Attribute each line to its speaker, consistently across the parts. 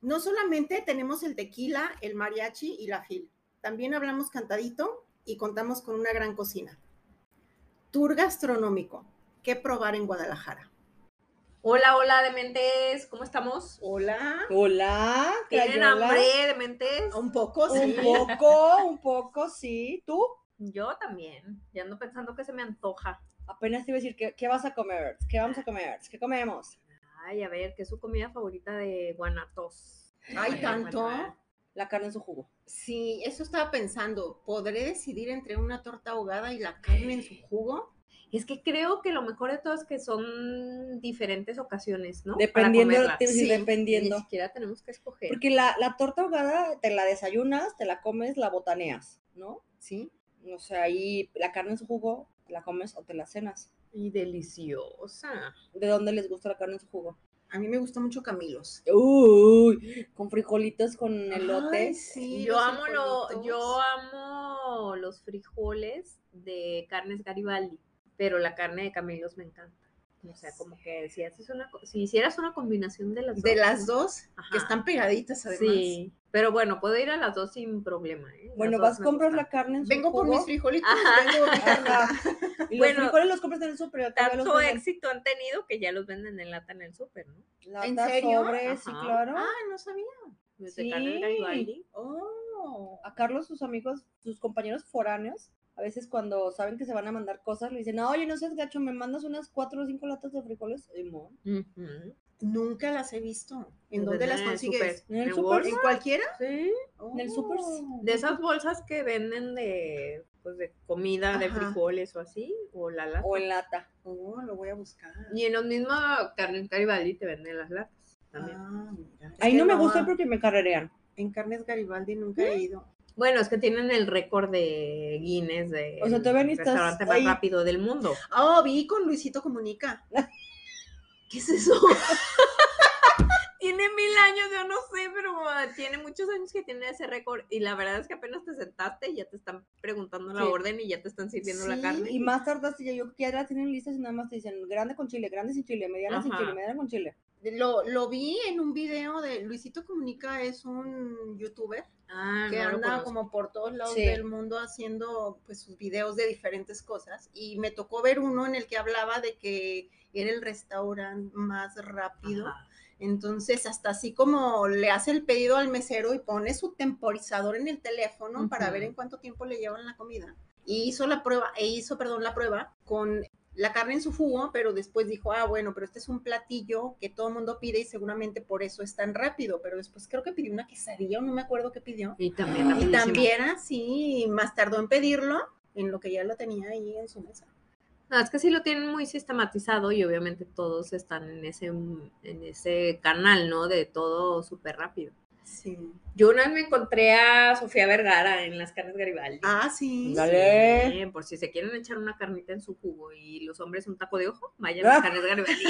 Speaker 1: no solamente tenemos el tequila, el mariachi y la fil, también hablamos cantadito y contamos con una gran cocina. Tour gastronómico, ¿qué probar en Guadalajara?
Speaker 2: Hola, hola, dementes, ¿cómo estamos?
Speaker 1: Hola.
Speaker 3: Hola.
Speaker 2: ¿Tienen
Speaker 3: Crayola.
Speaker 2: hambre, dementes?
Speaker 1: Un poco,
Speaker 3: Un
Speaker 1: sí.
Speaker 3: poco, un poco, sí. ¿Tú?
Speaker 2: Yo también, ya ando pensando que se me antoja.
Speaker 3: Apenas te iba a decir, ¿qué, qué vas a comer? ¿Qué vamos a comer? ¿Qué comemos?
Speaker 2: Ay, a ver, ¿qué es su comida favorita de Guanatos?
Speaker 1: Ay,
Speaker 2: Ay,
Speaker 1: tanto.
Speaker 2: Guanatos.
Speaker 3: La carne en su jugo.
Speaker 1: Sí, eso estaba pensando. ¿Podré decidir entre una torta ahogada y la carne en su jugo?
Speaker 2: Es que creo que lo mejor de todo es que son diferentes ocasiones, ¿no? Para
Speaker 3: Dependiendo,
Speaker 2: comerlas.
Speaker 3: te iba a decir,
Speaker 1: Sí,
Speaker 2: Ni
Speaker 3: dependiendo.
Speaker 2: siquiera tenemos que escoger.
Speaker 3: Porque la, la torta ahogada te la desayunas, te la comes, la botaneas, ¿no?
Speaker 1: Sí.
Speaker 3: O sea, ahí la carne en su jugo, te la comes o te la cenas.
Speaker 2: Y deliciosa.
Speaker 3: ¿De dónde les gusta la carne en su jugo?
Speaker 1: A mí me gusta mucho Camilos.
Speaker 3: Uy, con frijolitos, con
Speaker 1: Ay,
Speaker 3: elotes.
Speaker 1: sí,
Speaker 2: yo
Speaker 1: los
Speaker 2: amo lo,
Speaker 1: frijolitos.
Speaker 2: yo amo los frijoles de carnes Garibaldi, pero la carne de camellos me encanta. O sea, como que si haces una co- si hicieras una combinación de las
Speaker 1: De
Speaker 2: dos.
Speaker 1: las dos,
Speaker 2: Ajá.
Speaker 1: que están pegaditas además.
Speaker 2: Sí, pero bueno, puedo ir a las dos sin problema, ¿eh? Las
Speaker 3: Bueno,
Speaker 2: dos
Speaker 3: vas,
Speaker 2: me
Speaker 3: compras la
Speaker 2: gustan.
Speaker 3: carne en su
Speaker 1: Vengo por
Speaker 3: jugo.
Speaker 1: mis frijolitos,
Speaker 2: Ajá.
Speaker 1: vengo por mi carne.
Speaker 3: Ajá. Y
Speaker 2: Bueno,
Speaker 3: los frijoles los compras en el súper. todavía los
Speaker 2: Tanto
Speaker 3: venden.
Speaker 2: éxito han tenido que ya los venden en lata en el súper, ¿no?
Speaker 3: Lata,
Speaker 1: ¿En serio?
Speaker 3: sobres, sí,
Speaker 2: Ajá.
Speaker 3: claro.
Speaker 1: Ah, no sabía.
Speaker 2: Los de carnes
Speaker 3: Sí.
Speaker 2: Garibaldi.
Speaker 1: Oh.
Speaker 3: A Carlos, sus amigos, sus compañeros foráneos, a veces cuando saben que se van a mandar cosas, le dicen, "Ah, oye, no seas gacho, me mandas unas cuatro o cinco latas de frijoles. Y mo,
Speaker 2: Ujú.
Speaker 1: Nunca las he visto. ¿En
Speaker 2: Los
Speaker 1: dónde
Speaker 2: venden
Speaker 1: las
Speaker 2: en el
Speaker 1: consigues?
Speaker 2: súper.
Speaker 3: En el
Speaker 2: ¿En
Speaker 3: súper,
Speaker 2: Walmart?
Speaker 1: ¿En cualquiera? Oh,
Speaker 2: Sí.
Speaker 3: En el súper, sí.
Speaker 2: De esas bolsas que venden de, pues, de comida, de
Speaker 1: Ajá.
Speaker 2: frijoles o así, o la lata.
Speaker 3: o en lata.
Speaker 1: Oh, lo voy a buscar.
Speaker 2: Y en los mismos carnes Garibaldi te venden las latas también.
Speaker 1: Ah, mira. Es
Speaker 3: Ahí
Speaker 1: que
Speaker 3: no me gusta
Speaker 1: no,
Speaker 3: porque me carrerean.
Speaker 1: En Carnes Garibaldi nunca he ido.
Speaker 2: Bueno, es que tienen el récord de Guinness de
Speaker 3: O sea, todavía ni estás
Speaker 2: restaurante más
Speaker 3: ahí.
Speaker 2: rápido del mundo.
Speaker 1: Oh, vi con Luisito Comunica.
Speaker 2: ¿Qué es eso? tiene mil años, yo no sé, pero ah, tiene muchos años que tiene ese récord. Y la verdad es que apenas te sentaste y ya te están preguntando la
Speaker 3: Sí.
Speaker 2: orden y ya te están sirviendo
Speaker 1: Sí,
Speaker 2: la carne.
Speaker 3: Y más tardas, y yo que ya las tienen listas y nada más te dicen, grande con chile, grande sin chile, mediana sin
Speaker 2: Ajá.
Speaker 3: chile, mediana con chile.
Speaker 1: Lo, lo vi en un video de Luisito Comunica, es un youtuber
Speaker 2: Ah,
Speaker 1: que
Speaker 2: no lo
Speaker 1: anda
Speaker 2: conozco.
Speaker 1: como por todos lados
Speaker 3: Sí.
Speaker 1: del mundo haciendo pues sus videos de diferentes cosas y me tocó ver uno en el que hablaba de que era el restaurante más rápido
Speaker 2: Ajá.
Speaker 1: Entonces, hasta así como le hace el pedido al mesero y pone su temporizador en el teléfono para
Speaker 2: Ujú.
Speaker 1: ver en cuánto tiempo le llevan la comida. Y hizo la prueba, e hizo, perdón, la prueba con la carne en su jugo, pero después dijo, ah, bueno, pero este es un platillo que todo el mundo pide y seguramente por eso es tan rápido. Pero después creo que pidió una quesadilla o no me acuerdo qué pidió.
Speaker 2: Y también
Speaker 1: Y
Speaker 2: rapidísimo.
Speaker 1: también así, más tardó en pedirlo en lo que ya lo tenía ahí en su mesa.
Speaker 2: No, es que sí lo tienen muy sistematizado y obviamente todos están en ese, en ese canal, ¿no? De todo súper rápido.
Speaker 1: Sí.
Speaker 2: Yo una vez me encontré a Sofía Vergara en las carnes Garibaldi.
Speaker 1: Ah, sí.
Speaker 3: Dale.
Speaker 2: Sí, por si se quieren echar una carnita en su jugo y los hombres un taco de ojo, vayan a
Speaker 3: Ah.
Speaker 2: las carnes Garibaldi.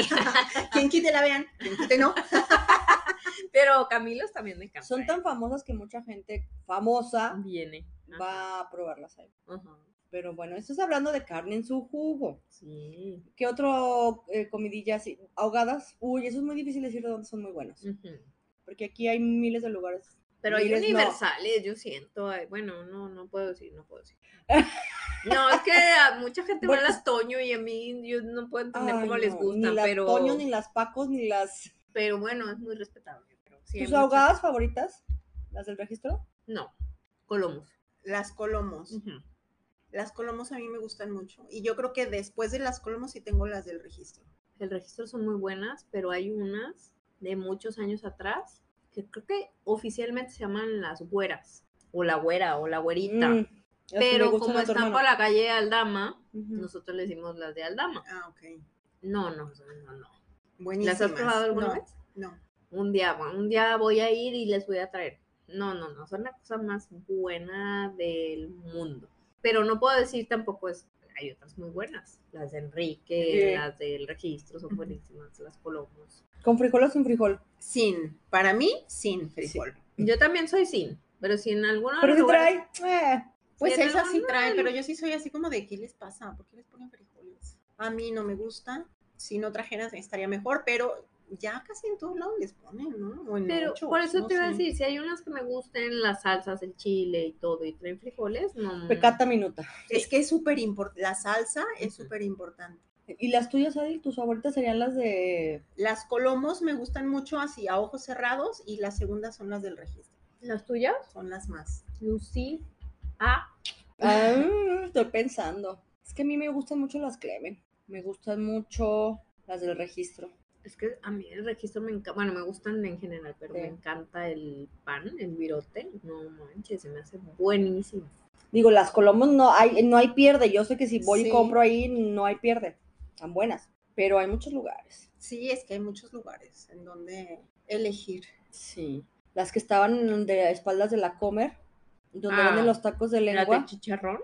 Speaker 1: Quien quite la vean, quien quite no.
Speaker 2: Pero Camilos también me encanta. ¿eh?
Speaker 3: Son tan famosas que mucha gente famosa
Speaker 2: Viene. Ajá,
Speaker 3: va a probarlas ahí.
Speaker 2: ajá,
Speaker 3: Pero bueno, esto es hablando de carne en su jugo.
Speaker 2: Sí.
Speaker 3: ¿Qué otro eh, comidilla así? Ahogadas. Uy, eso es muy difícil decir de dónde son muy buenos.
Speaker 2: Ujú.
Speaker 3: Porque aquí hay miles de lugares.
Speaker 2: Pero hay
Speaker 3: Miles no.
Speaker 2: universales, yo siento. ay, bueno, no, no puedo decir, no puedo decir. No, es que a mucha gente va a
Speaker 3: Bueno.
Speaker 2: las Toño y a mí yo no puedo entender
Speaker 3: Ay,
Speaker 2: cómo les
Speaker 3: no,
Speaker 2: gusta,
Speaker 3: Ni las
Speaker 2: pero,
Speaker 3: Toño, ni las Pacos, ni las.
Speaker 2: pero bueno, es muy respetable. Pero sí hay
Speaker 3: ¿Tus
Speaker 2: muchas-
Speaker 3: ahogadas favoritas? ¿Las del registro?
Speaker 2: No, Colomos.
Speaker 1: Las colomos. Las colomos a mí me gustan mucho. Y yo creo que después de las colomos sí tengo las del registro.
Speaker 2: El registro son muy buenas, pero hay unas de muchos años atrás que creo que oficialmente se llaman las güeras, o la güera, o la güerita.
Speaker 3: Mm, las que le
Speaker 2: Pero
Speaker 3: gustan
Speaker 2: como
Speaker 3: a tu
Speaker 2: están
Speaker 3: hermano.
Speaker 2: por la calle de Aldama,
Speaker 3: Ujú.
Speaker 2: nosotros le decimos las de Aldama.
Speaker 1: Ah, ok.
Speaker 2: No, no, no, no.
Speaker 1: Buenísimas.
Speaker 2: ¿Las has probado alguna
Speaker 1: no,
Speaker 2: vez?
Speaker 1: No.
Speaker 2: Un día, un día voy a ir y les voy a traer. No, no, no, son la cosa más buena del mundo. Pero no puedo decir tampoco es, hay otras muy buenas. Las de Enrique,
Speaker 3: Sí.
Speaker 2: las del registro son
Speaker 1: Ujú.
Speaker 2: buenísimas, las Colomos.
Speaker 3: ¿Con frijol o sin frijol?
Speaker 1: Sin. Para mí, sin frijol.
Speaker 2: Yo también soy sin, pero si en alguno de
Speaker 3: Pero
Speaker 2: los
Speaker 3: si
Speaker 2: lugares-
Speaker 3: trae. eh,
Speaker 1: Pues
Speaker 2: Sí,
Speaker 1: esa
Speaker 2: no,
Speaker 1: sí
Speaker 2: no,
Speaker 1: trae,
Speaker 2: no.
Speaker 1: pero yo sí soy así como de, ¿qué les pasa? ¿Por qué les ponen frijoles? A mí no me gusta. Si no trajeras estaría mejor, pero ya casi en todos lados les ponen, ¿no? O en
Speaker 2: Pero
Speaker 1: muchos,
Speaker 2: por eso
Speaker 1: no
Speaker 2: te iba a
Speaker 1: sé.
Speaker 2: decir, si hay unas que me gusten, las salsas, el chile y todo, y traen frijoles, no.
Speaker 3: Pecata minuta.
Speaker 1: Es que es súper importante. La salsa es
Speaker 2: Ujú.
Speaker 1: súper importante.
Speaker 3: ¿Y las tuyas, Adil? ¿Tus favoritas serían las de
Speaker 1: Las colomos me gustan mucho así a ojos cerrados y las segundas son las del registro.
Speaker 2: ¿Las tuyas?
Speaker 1: Son las más.
Speaker 2: Lucy. Ah,
Speaker 3: Ah, estoy pensando. Es que a mí me gustan mucho las Clemen. Me gustan mucho las del registro.
Speaker 2: es que a mí el registro me encanta. Bueno, me gustan en general, pero me
Speaker 3: Sí.
Speaker 2: encanta el pan, el virote. No manches, se me hace buenísimo.
Speaker 3: Digo, las Colomos no hay, no hay pierde. Yo sé que si voy
Speaker 1: Sí.
Speaker 3: y compro ahí, no hay pierde. Tan buenas. Pero hay muchos lugares.
Speaker 1: Sí, es que hay muchos lugares en donde elegir.
Speaker 3: Sí. Las que estaban de espaldas de la Comer, donde
Speaker 2: Ah,
Speaker 3: venden los tacos de
Speaker 2: Las
Speaker 3: lengua.
Speaker 2: de chicharrón.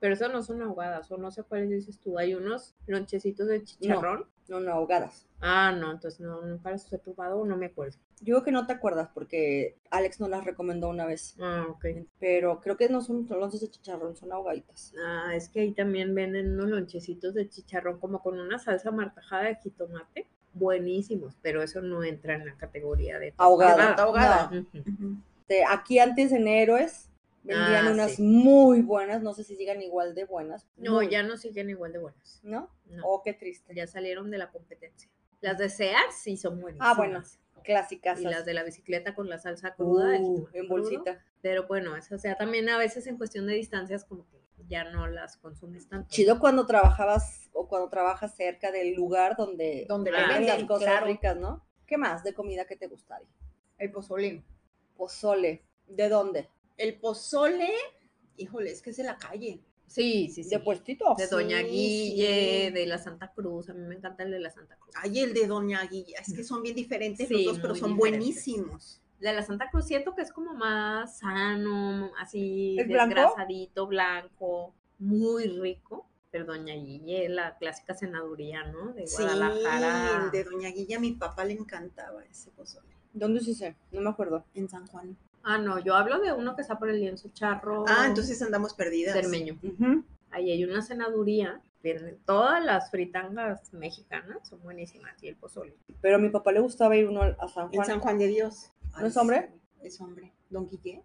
Speaker 2: Pero esas no son ahogadas, o no sé cuáles dices tú. Hay unos lonchecitos de chicharrón.
Speaker 3: No, no, ahogadas.
Speaker 2: Ah, no, entonces no, no, para eso he probado, no me acuerdo.
Speaker 3: Yo creo que no te acuerdas porque Alex nos las recomendó una vez.
Speaker 2: Ah, ok.
Speaker 3: Pero creo que no son lonches de chicharrón, son ahogaditas.
Speaker 2: Ah, es que ahí también venden unos lonchecitos de chicharrón como con una salsa martajada de jitomate. Buenísimos, pero eso no entra en la categoría de torta
Speaker 3: Ahogado.
Speaker 1: Torta ahogada.
Speaker 2: Ujú.
Speaker 1: Ujú.
Speaker 3: Este, aquí antes en Héroes vendían
Speaker 2: Ah,
Speaker 3: unas
Speaker 2: sí.
Speaker 3: muy buenas, no sé si sigan igual de buenas.
Speaker 2: No,
Speaker 3: muy-
Speaker 2: ya no siguen igual de buenas.
Speaker 3: ¿No?
Speaker 2: No,
Speaker 3: Oh, qué triste.
Speaker 2: ya salieron de la competencia. Las de Sears sí son buenísimas.
Speaker 3: Ah, bueno, clásicas.
Speaker 2: Y las de la bicicleta con la salsa cruda. el
Speaker 3: Uh,
Speaker 2: jitomate
Speaker 3: en
Speaker 2: crudo.
Speaker 3: bolsita.
Speaker 2: Pero bueno, eso, o sea, también a veces en cuestión de distancias como que ya no las consumes tanto.
Speaker 3: Chido cuando trabajabas o cuando trabajas cerca del lugar donde
Speaker 1: Donde
Speaker 2: Ah,
Speaker 1: le
Speaker 3: venden las
Speaker 1: venden,
Speaker 3: cosas
Speaker 1: claro,
Speaker 3: ricas, ¿no? ¿Qué más de comida que te gusta? Ari?
Speaker 1: el pozole.
Speaker 3: Pozole. ¿De dónde?
Speaker 1: El pozole, híjole, es que es de la calle.
Speaker 2: Sí, sí, sí.
Speaker 3: ¿De puestito?
Speaker 2: de Doña
Speaker 1: Sí,
Speaker 2: Guille,
Speaker 1: sí.
Speaker 2: de la Santa Cruz. A mí me encanta el de la Santa Cruz.
Speaker 1: Ay, el de Doña Guilla, es que son bien diferentes los
Speaker 2: Sí,
Speaker 1: dos, pero
Speaker 2: muy
Speaker 1: son
Speaker 2: diferentes.
Speaker 1: buenísimos.
Speaker 2: El de la Santa Cruz siento que es como más sano, así
Speaker 3: ¿Es blanco?
Speaker 2: desgrasadito, blanco, muy rico. Pero Doña Guille, la clásica senaduría, ¿no? De
Speaker 1: Sí,
Speaker 2: Guadalajara.
Speaker 1: el de Doña Guilla, a mi papá le encantaba ese pozole.
Speaker 3: ¿Dónde se hizo? No me acuerdo.
Speaker 1: En San Juan.
Speaker 2: Ah, no, yo hablo de uno que está por el lienzo charro.
Speaker 1: Ah, entonces andamos perdidas.
Speaker 2: Cermeño.
Speaker 3: Ujú.
Speaker 2: Ahí hay una senaduría. Vienen todas las fritangas mexicanas, son buenísimas. Y el pozole.
Speaker 3: Pero a mi papá le gustaba ir uno al- a San
Speaker 1: En
Speaker 3: Juan.
Speaker 1: San Juan de Dios.
Speaker 3: ¿No
Speaker 1: Ay,
Speaker 3: es hombre?
Speaker 1: sí, Es hombre. Don Guille.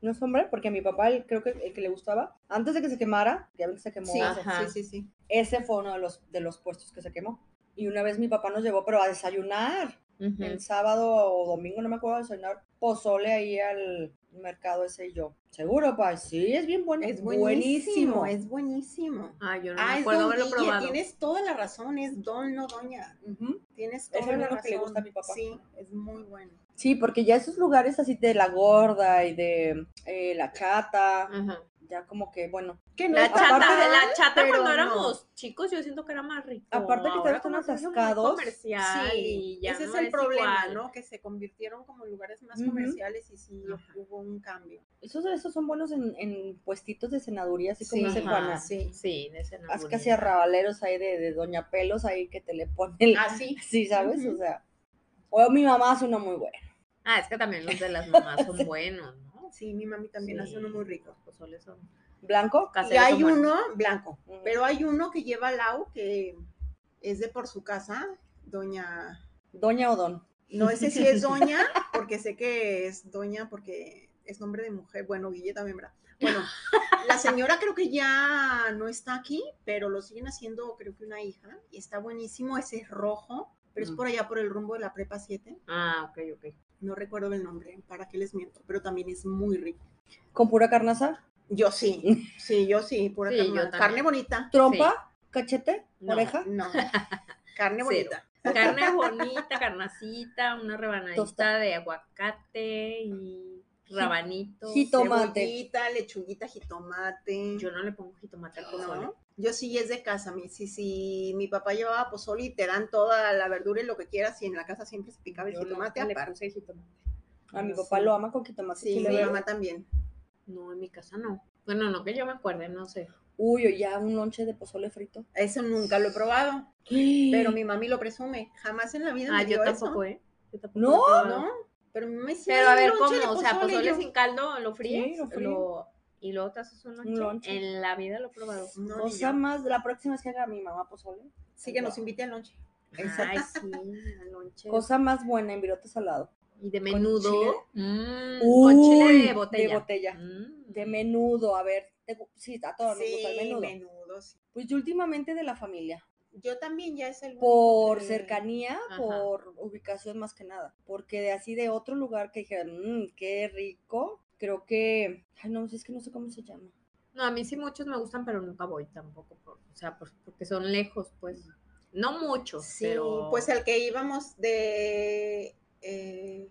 Speaker 3: No es hombre, porque a mi papá, el- creo que el que le gustaba, antes de que se quemara, ya ven que se quemó
Speaker 1: Sí,
Speaker 3: hace-
Speaker 2: Ajá.
Speaker 1: sí, sí, sí.
Speaker 3: Ese fue uno de los, de los puestos que se quemó. Y una vez mi papá nos llevó, pero a desayunar.
Speaker 2: Ujú.
Speaker 3: El sábado o domingo, no me acuerdo, a desayunar pozole ahí al mercado ese y yo. Seguro, pa, sí, es bien bueno.
Speaker 1: Es buenísimo, es buenísimo.
Speaker 2: Ah, yo no
Speaker 1: ah,
Speaker 2: me
Speaker 1: es
Speaker 2: acuerdo
Speaker 1: Don
Speaker 2: haberlo
Speaker 1: Guille,
Speaker 2: probado.
Speaker 1: tienes toda la razón, es Don, no Doña.
Speaker 3: Ujú.
Speaker 1: Tienes
Speaker 3: Es
Speaker 1: toda
Speaker 3: el
Speaker 1: la
Speaker 3: único
Speaker 1: razón.
Speaker 3: que le gusta a mi papá.
Speaker 1: Sí, es muy bueno.
Speaker 3: Sí, porque ya esos lugares así de la gorda y de eh, la chata,
Speaker 1: Ah.
Speaker 2: Ajá.
Speaker 3: ya como que, bueno.
Speaker 1: Que
Speaker 2: La
Speaker 3: Aparte
Speaker 2: chata,
Speaker 3: de-
Speaker 2: la chata
Speaker 1: pero
Speaker 2: cuando
Speaker 1: no.
Speaker 2: éramos chicos, yo siento que era más rico.
Speaker 3: Aparte que
Speaker 2: Ahora
Speaker 3: están
Speaker 2: como se hizo muy
Speaker 3: atascados,
Speaker 2: comercial
Speaker 1: Sí,
Speaker 2: y ya
Speaker 1: ese
Speaker 2: no
Speaker 1: es el problema,
Speaker 2: igual.
Speaker 1: ¿no? Que se convirtieron como en lugares más
Speaker 3: Ujú.
Speaker 1: comerciales y sí
Speaker 2: Ajá.
Speaker 1: hubo un cambio.
Speaker 3: Esos, esos son buenos en, en puestitos de senaduría, así como dice
Speaker 2: ajá,
Speaker 3: Juana.
Speaker 1: sí. Ah,
Speaker 2: Sí, de ese
Speaker 3: Haz
Speaker 2: enamoramiento.
Speaker 3: casi arrabaleros ahí de, de Doña Pelos ahí que te le ponen. el-
Speaker 2: Ah,
Speaker 1: Así.
Speaker 3: Sí, ¿sabes?
Speaker 1: Ujú.
Speaker 3: O sea. O mi mamá hace uno muy bueno.
Speaker 2: Ah, es que también los de las mamás son buenos, ¿no?
Speaker 1: Sí, mi mami también hace
Speaker 2: Sí,
Speaker 1: uno muy rico.
Speaker 2: Los pozoles son
Speaker 3: ¿Blanco?
Speaker 1: y
Speaker 2: caseros,
Speaker 1: hay
Speaker 2: son buenos.
Speaker 1: uno blanco,
Speaker 3: Ujú.
Speaker 1: pero hay uno que lleva lao que es de por su casa, doña.
Speaker 3: Doña Odón.
Speaker 1: No sé si es doña, porque sé que es doña porque es nombre de mujer. Bueno, Guille también, ¿verdad? Bueno, la señora creo que ya no está aquí, pero lo siguen haciendo, creo que una hija, y está buenísimo, ese es rojo, pero es
Speaker 2: Mm.
Speaker 1: por allá por el rumbo de la prepa 7.
Speaker 2: Ah, ok, ok.
Speaker 1: No recuerdo el nombre, para qué les miento, pero también es muy rico.
Speaker 3: ¿Con pura carnaza?
Speaker 1: Yo sí, sí, yo sí, pura
Speaker 2: Sí, yo
Speaker 1: carne,
Speaker 2: también.
Speaker 1: carne bonita.
Speaker 3: ¿Trompa? ¿Cachete?
Speaker 2: No.
Speaker 3: ¿Oreja?
Speaker 1: No, carne
Speaker 2: Cero.
Speaker 1: bonita.
Speaker 2: Carne bonita, carnacita, una rebanadita
Speaker 3: Tosta-
Speaker 2: de aguacate y rabanito.
Speaker 3: jitomate.
Speaker 1: Cebollita, lechuguita, jitomate.
Speaker 2: Yo no le pongo jitomate al pozole.
Speaker 1: ¿no? Yo sí es de casa, mi, si, si mi papá llevaba pozole y te dan toda la verdura y lo que quieras y en la casa siempre se picaba el
Speaker 2: Yo
Speaker 1: jitomate
Speaker 2: nunca le
Speaker 1: aparte.
Speaker 2: puse jitomate.
Speaker 3: A mi
Speaker 2: No
Speaker 3: papá
Speaker 2: sé.
Speaker 3: lo ama con jitomate. y
Speaker 1: Sí,
Speaker 3: chile
Speaker 1: mi
Speaker 3: verde.
Speaker 1: mamá también.
Speaker 2: No, en mi casa no. Bueno, no que yo me acuerde, no sé.
Speaker 3: Uy, o ya un lonche de pozole frito.
Speaker 1: Eso nunca lo he probado, pero
Speaker 2: Pero
Speaker 1: mi mami lo presume. Jamás en la vida
Speaker 2: Ah,
Speaker 1: me dio
Speaker 2: yo
Speaker 1: eso.
Speaker 2: tampoco, ¿eh? Yo tampoco
Speaker 3: No,
Speaker 2: lo he probado.
Speaker 1: ¿No? Pero mi mamá decía,
Speaker 2: Pero a
Speaker 1: "Ay,
Speaker 2: ver, ¿cómo?
Speaker 1: lonche de
Speaker 2: O sea,
Speaker 1: pozole", y
Speaker 2: pozole
Speaker 1: pues yo,
Speaker 2: sin caldo, lo fríes,
Speaker 3: lo frío.
Speaker 2: lo- y luego te haces un
Speaker 3: Un
Speaker 2: lonche.
Speaker 3: lonche.
Speaker 2: En la vida lo he probado.
Speaker 1: No, ni
Speaker 3: Cosa
Speaker 1: yo.
Speaker 3: más, la próxima vez que haga mi mamá pozole.
Speaker 1: Sí, que nos invite al lonche.
Speaker 2: Ay, sí, la lonche.
Speaker 3: Cosa más buena en virote salado.
Speaker 2: y de
Speaker 3: con chile.
Speaker 2: menudo. mm, con
Speaker 3: Uy,
Speaker 2: chile de botella.
Speaker 3: De botella.
Speaker 2: Mm.
Speaker 3: De menudo, a ver. te gu- sí, a todos nos gusta el
Speaker 1: Sí,
Speaker 3: menudo.
Speaker 1: menudo, sí.
Speaker 3: Pues yo últimamente de la familia.
Speaker 1: Yo también ya es el único
Speaker 3: Por
Speaker 1: que-
Speaker 3: cercanía,
Speaker 2: Ajá.
Speaker 3: por ubicación más que nada. Porque de así de otro lugar que dije, mmm, qué rico. Creo que. Ay, no, es que no sé cómo se llama.
Speaker 2: No, a mí sí muchos me gustan, pero nunca voy tampoco. por- o sea, por- porque son lejos, pues. No muchos,
Speaker 1: Sí,
Speaker 2: pero...
Speaker 1: pues al que íbamos de, eh,
Speaker 3: ¿De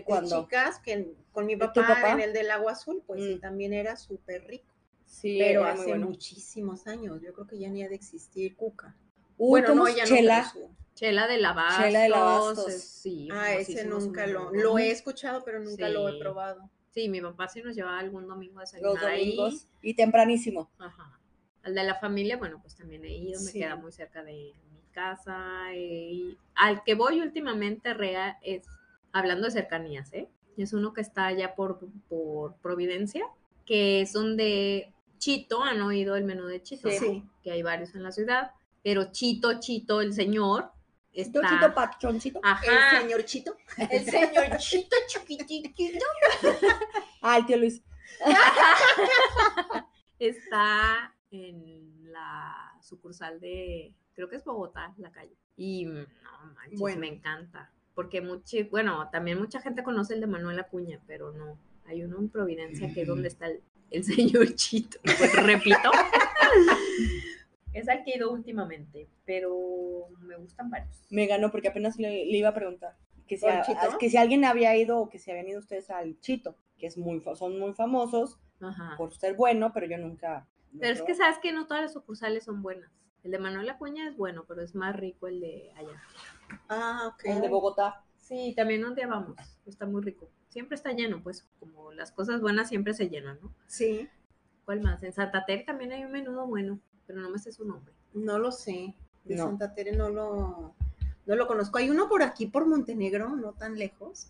Speaker 1: de
Speaker 3: cuándo?
Speaker 1: chicas que con mi
Speaker 3: ¿De
Speaker 1: papá,
Speaker 3: tu papá?
Speaker 1: en el del agua azul, pues sí,
Speaker 3: Mm.
Speaker 1: también era súper rico.
Speaker 3: Sí,
Speaker 1: Pero
Speaker 3: era muy
Speaker 1: hace
Speaker 3: bueno.
Speaker 1: muchísimos años, yo creo que ya ni ha de existir Cuca.
Speaker 3: Uy,
Speaker 1: bueno,
Speaker 3: ¿cómo
Speaker 1: no,
Speaker 3: es
Speaker 1: ya
Speaker 3: chela?
Speaker 1: no. pero su-
Speaker 2: Chela de lavastos.
Speaker 3: Chela de lavastos.
Speaker 2: es- Sí,
Speaker 1: Ah, ese
Speaker 2: famosísimo,
Speaker 1: nunca
Speaker 2: sí,
Speaker 1: lo,
Speaker 2: ¿no?
Speaker 1: lo he escuchado, pero nunca lo he
Speaker 2: Sí.
Speaker 1: probado.
Speaker 2: Sí, mi papá sí nos llevaba algún domingo a desayunar
Speaker 3: los domingos.
Speaker 2: ahí.
Speaker 3: Y tempranísimo.
Speaker 2: Ajá. Al de la familia, bueno, pues también he ido, me
Speaker 3: Sí.
Speaker 2: queda muy cerca de mi casa. y al que voy últimamente, Rea, es, hablando de cercanías, ¿eh? Es uno que está allá por, por Providencia, que es donde Chito, han oído el menú de Chito,
Speaker 1: Sí.
Speaker 2: que hay varios en la ciudad, pero Chito, Chito, el señor,
Speaker 3: Chito,
Speaker 2: está... Ah.
Speaker 3: chito, pachoncito.
Speaker 2: Ajá,
Speaker 1: El señor Chito.
Speaker 2: el señorcito chiquitito
Speaker 3: Ah, el tío Luis.
Speaker 2: está en la sucursal de, creo que es Bogotá, la calle. Y mm, no manches,
Speaker 1: Bueno.
Speaker 2: me encanta. Porque mucho, bueno, también mucha gente conoce el de Manuel Acuña, pero no. Hay uno en Providencia que es donde está el, el señor Chito. Pues, repito. es al que he ido últimamente, pero me gustan varios.
Speaker 3: Me ganó porque apenas le, le iba a preguntar que si,
Speaker 1: ¿Por
Speaker 3: a-
Speaker 1: Chito?
Speaker 3: que si alguien había ido o que si habían ido ustedes al Chito, que es muy, fa- son muy famosos
Speaker 2: Ajá.
Speaker 3: por ser bueno, pero yo nunca. lo
Speaker 2: Pero es que
Speaker 3: probé.
Speaker 2: sabes que no todas las sucursales son buenas. El de Manuel Acuña es bueno, pero es más rico el de allá.
Speaker 1: Ah, ok.
Speaker 3: el de Bogotá.
Speaker 2: Sí, también donde vamos. Está muy rico. Siempre está lleno, pues como las cosas buenas siempre se llenan, ¿no?
Speaker 1: Sí,
Speaker 2: ¿Cuál más? En Santater también hay un menudo bueno, pero no me sé su nombre.
Speaker 1: no lo sé. De
Speaker 3: No.
Speaker 1: Santa Tere no lo, no lo conozco. Hay uno por aquí, por Montenegro, no tan lejos,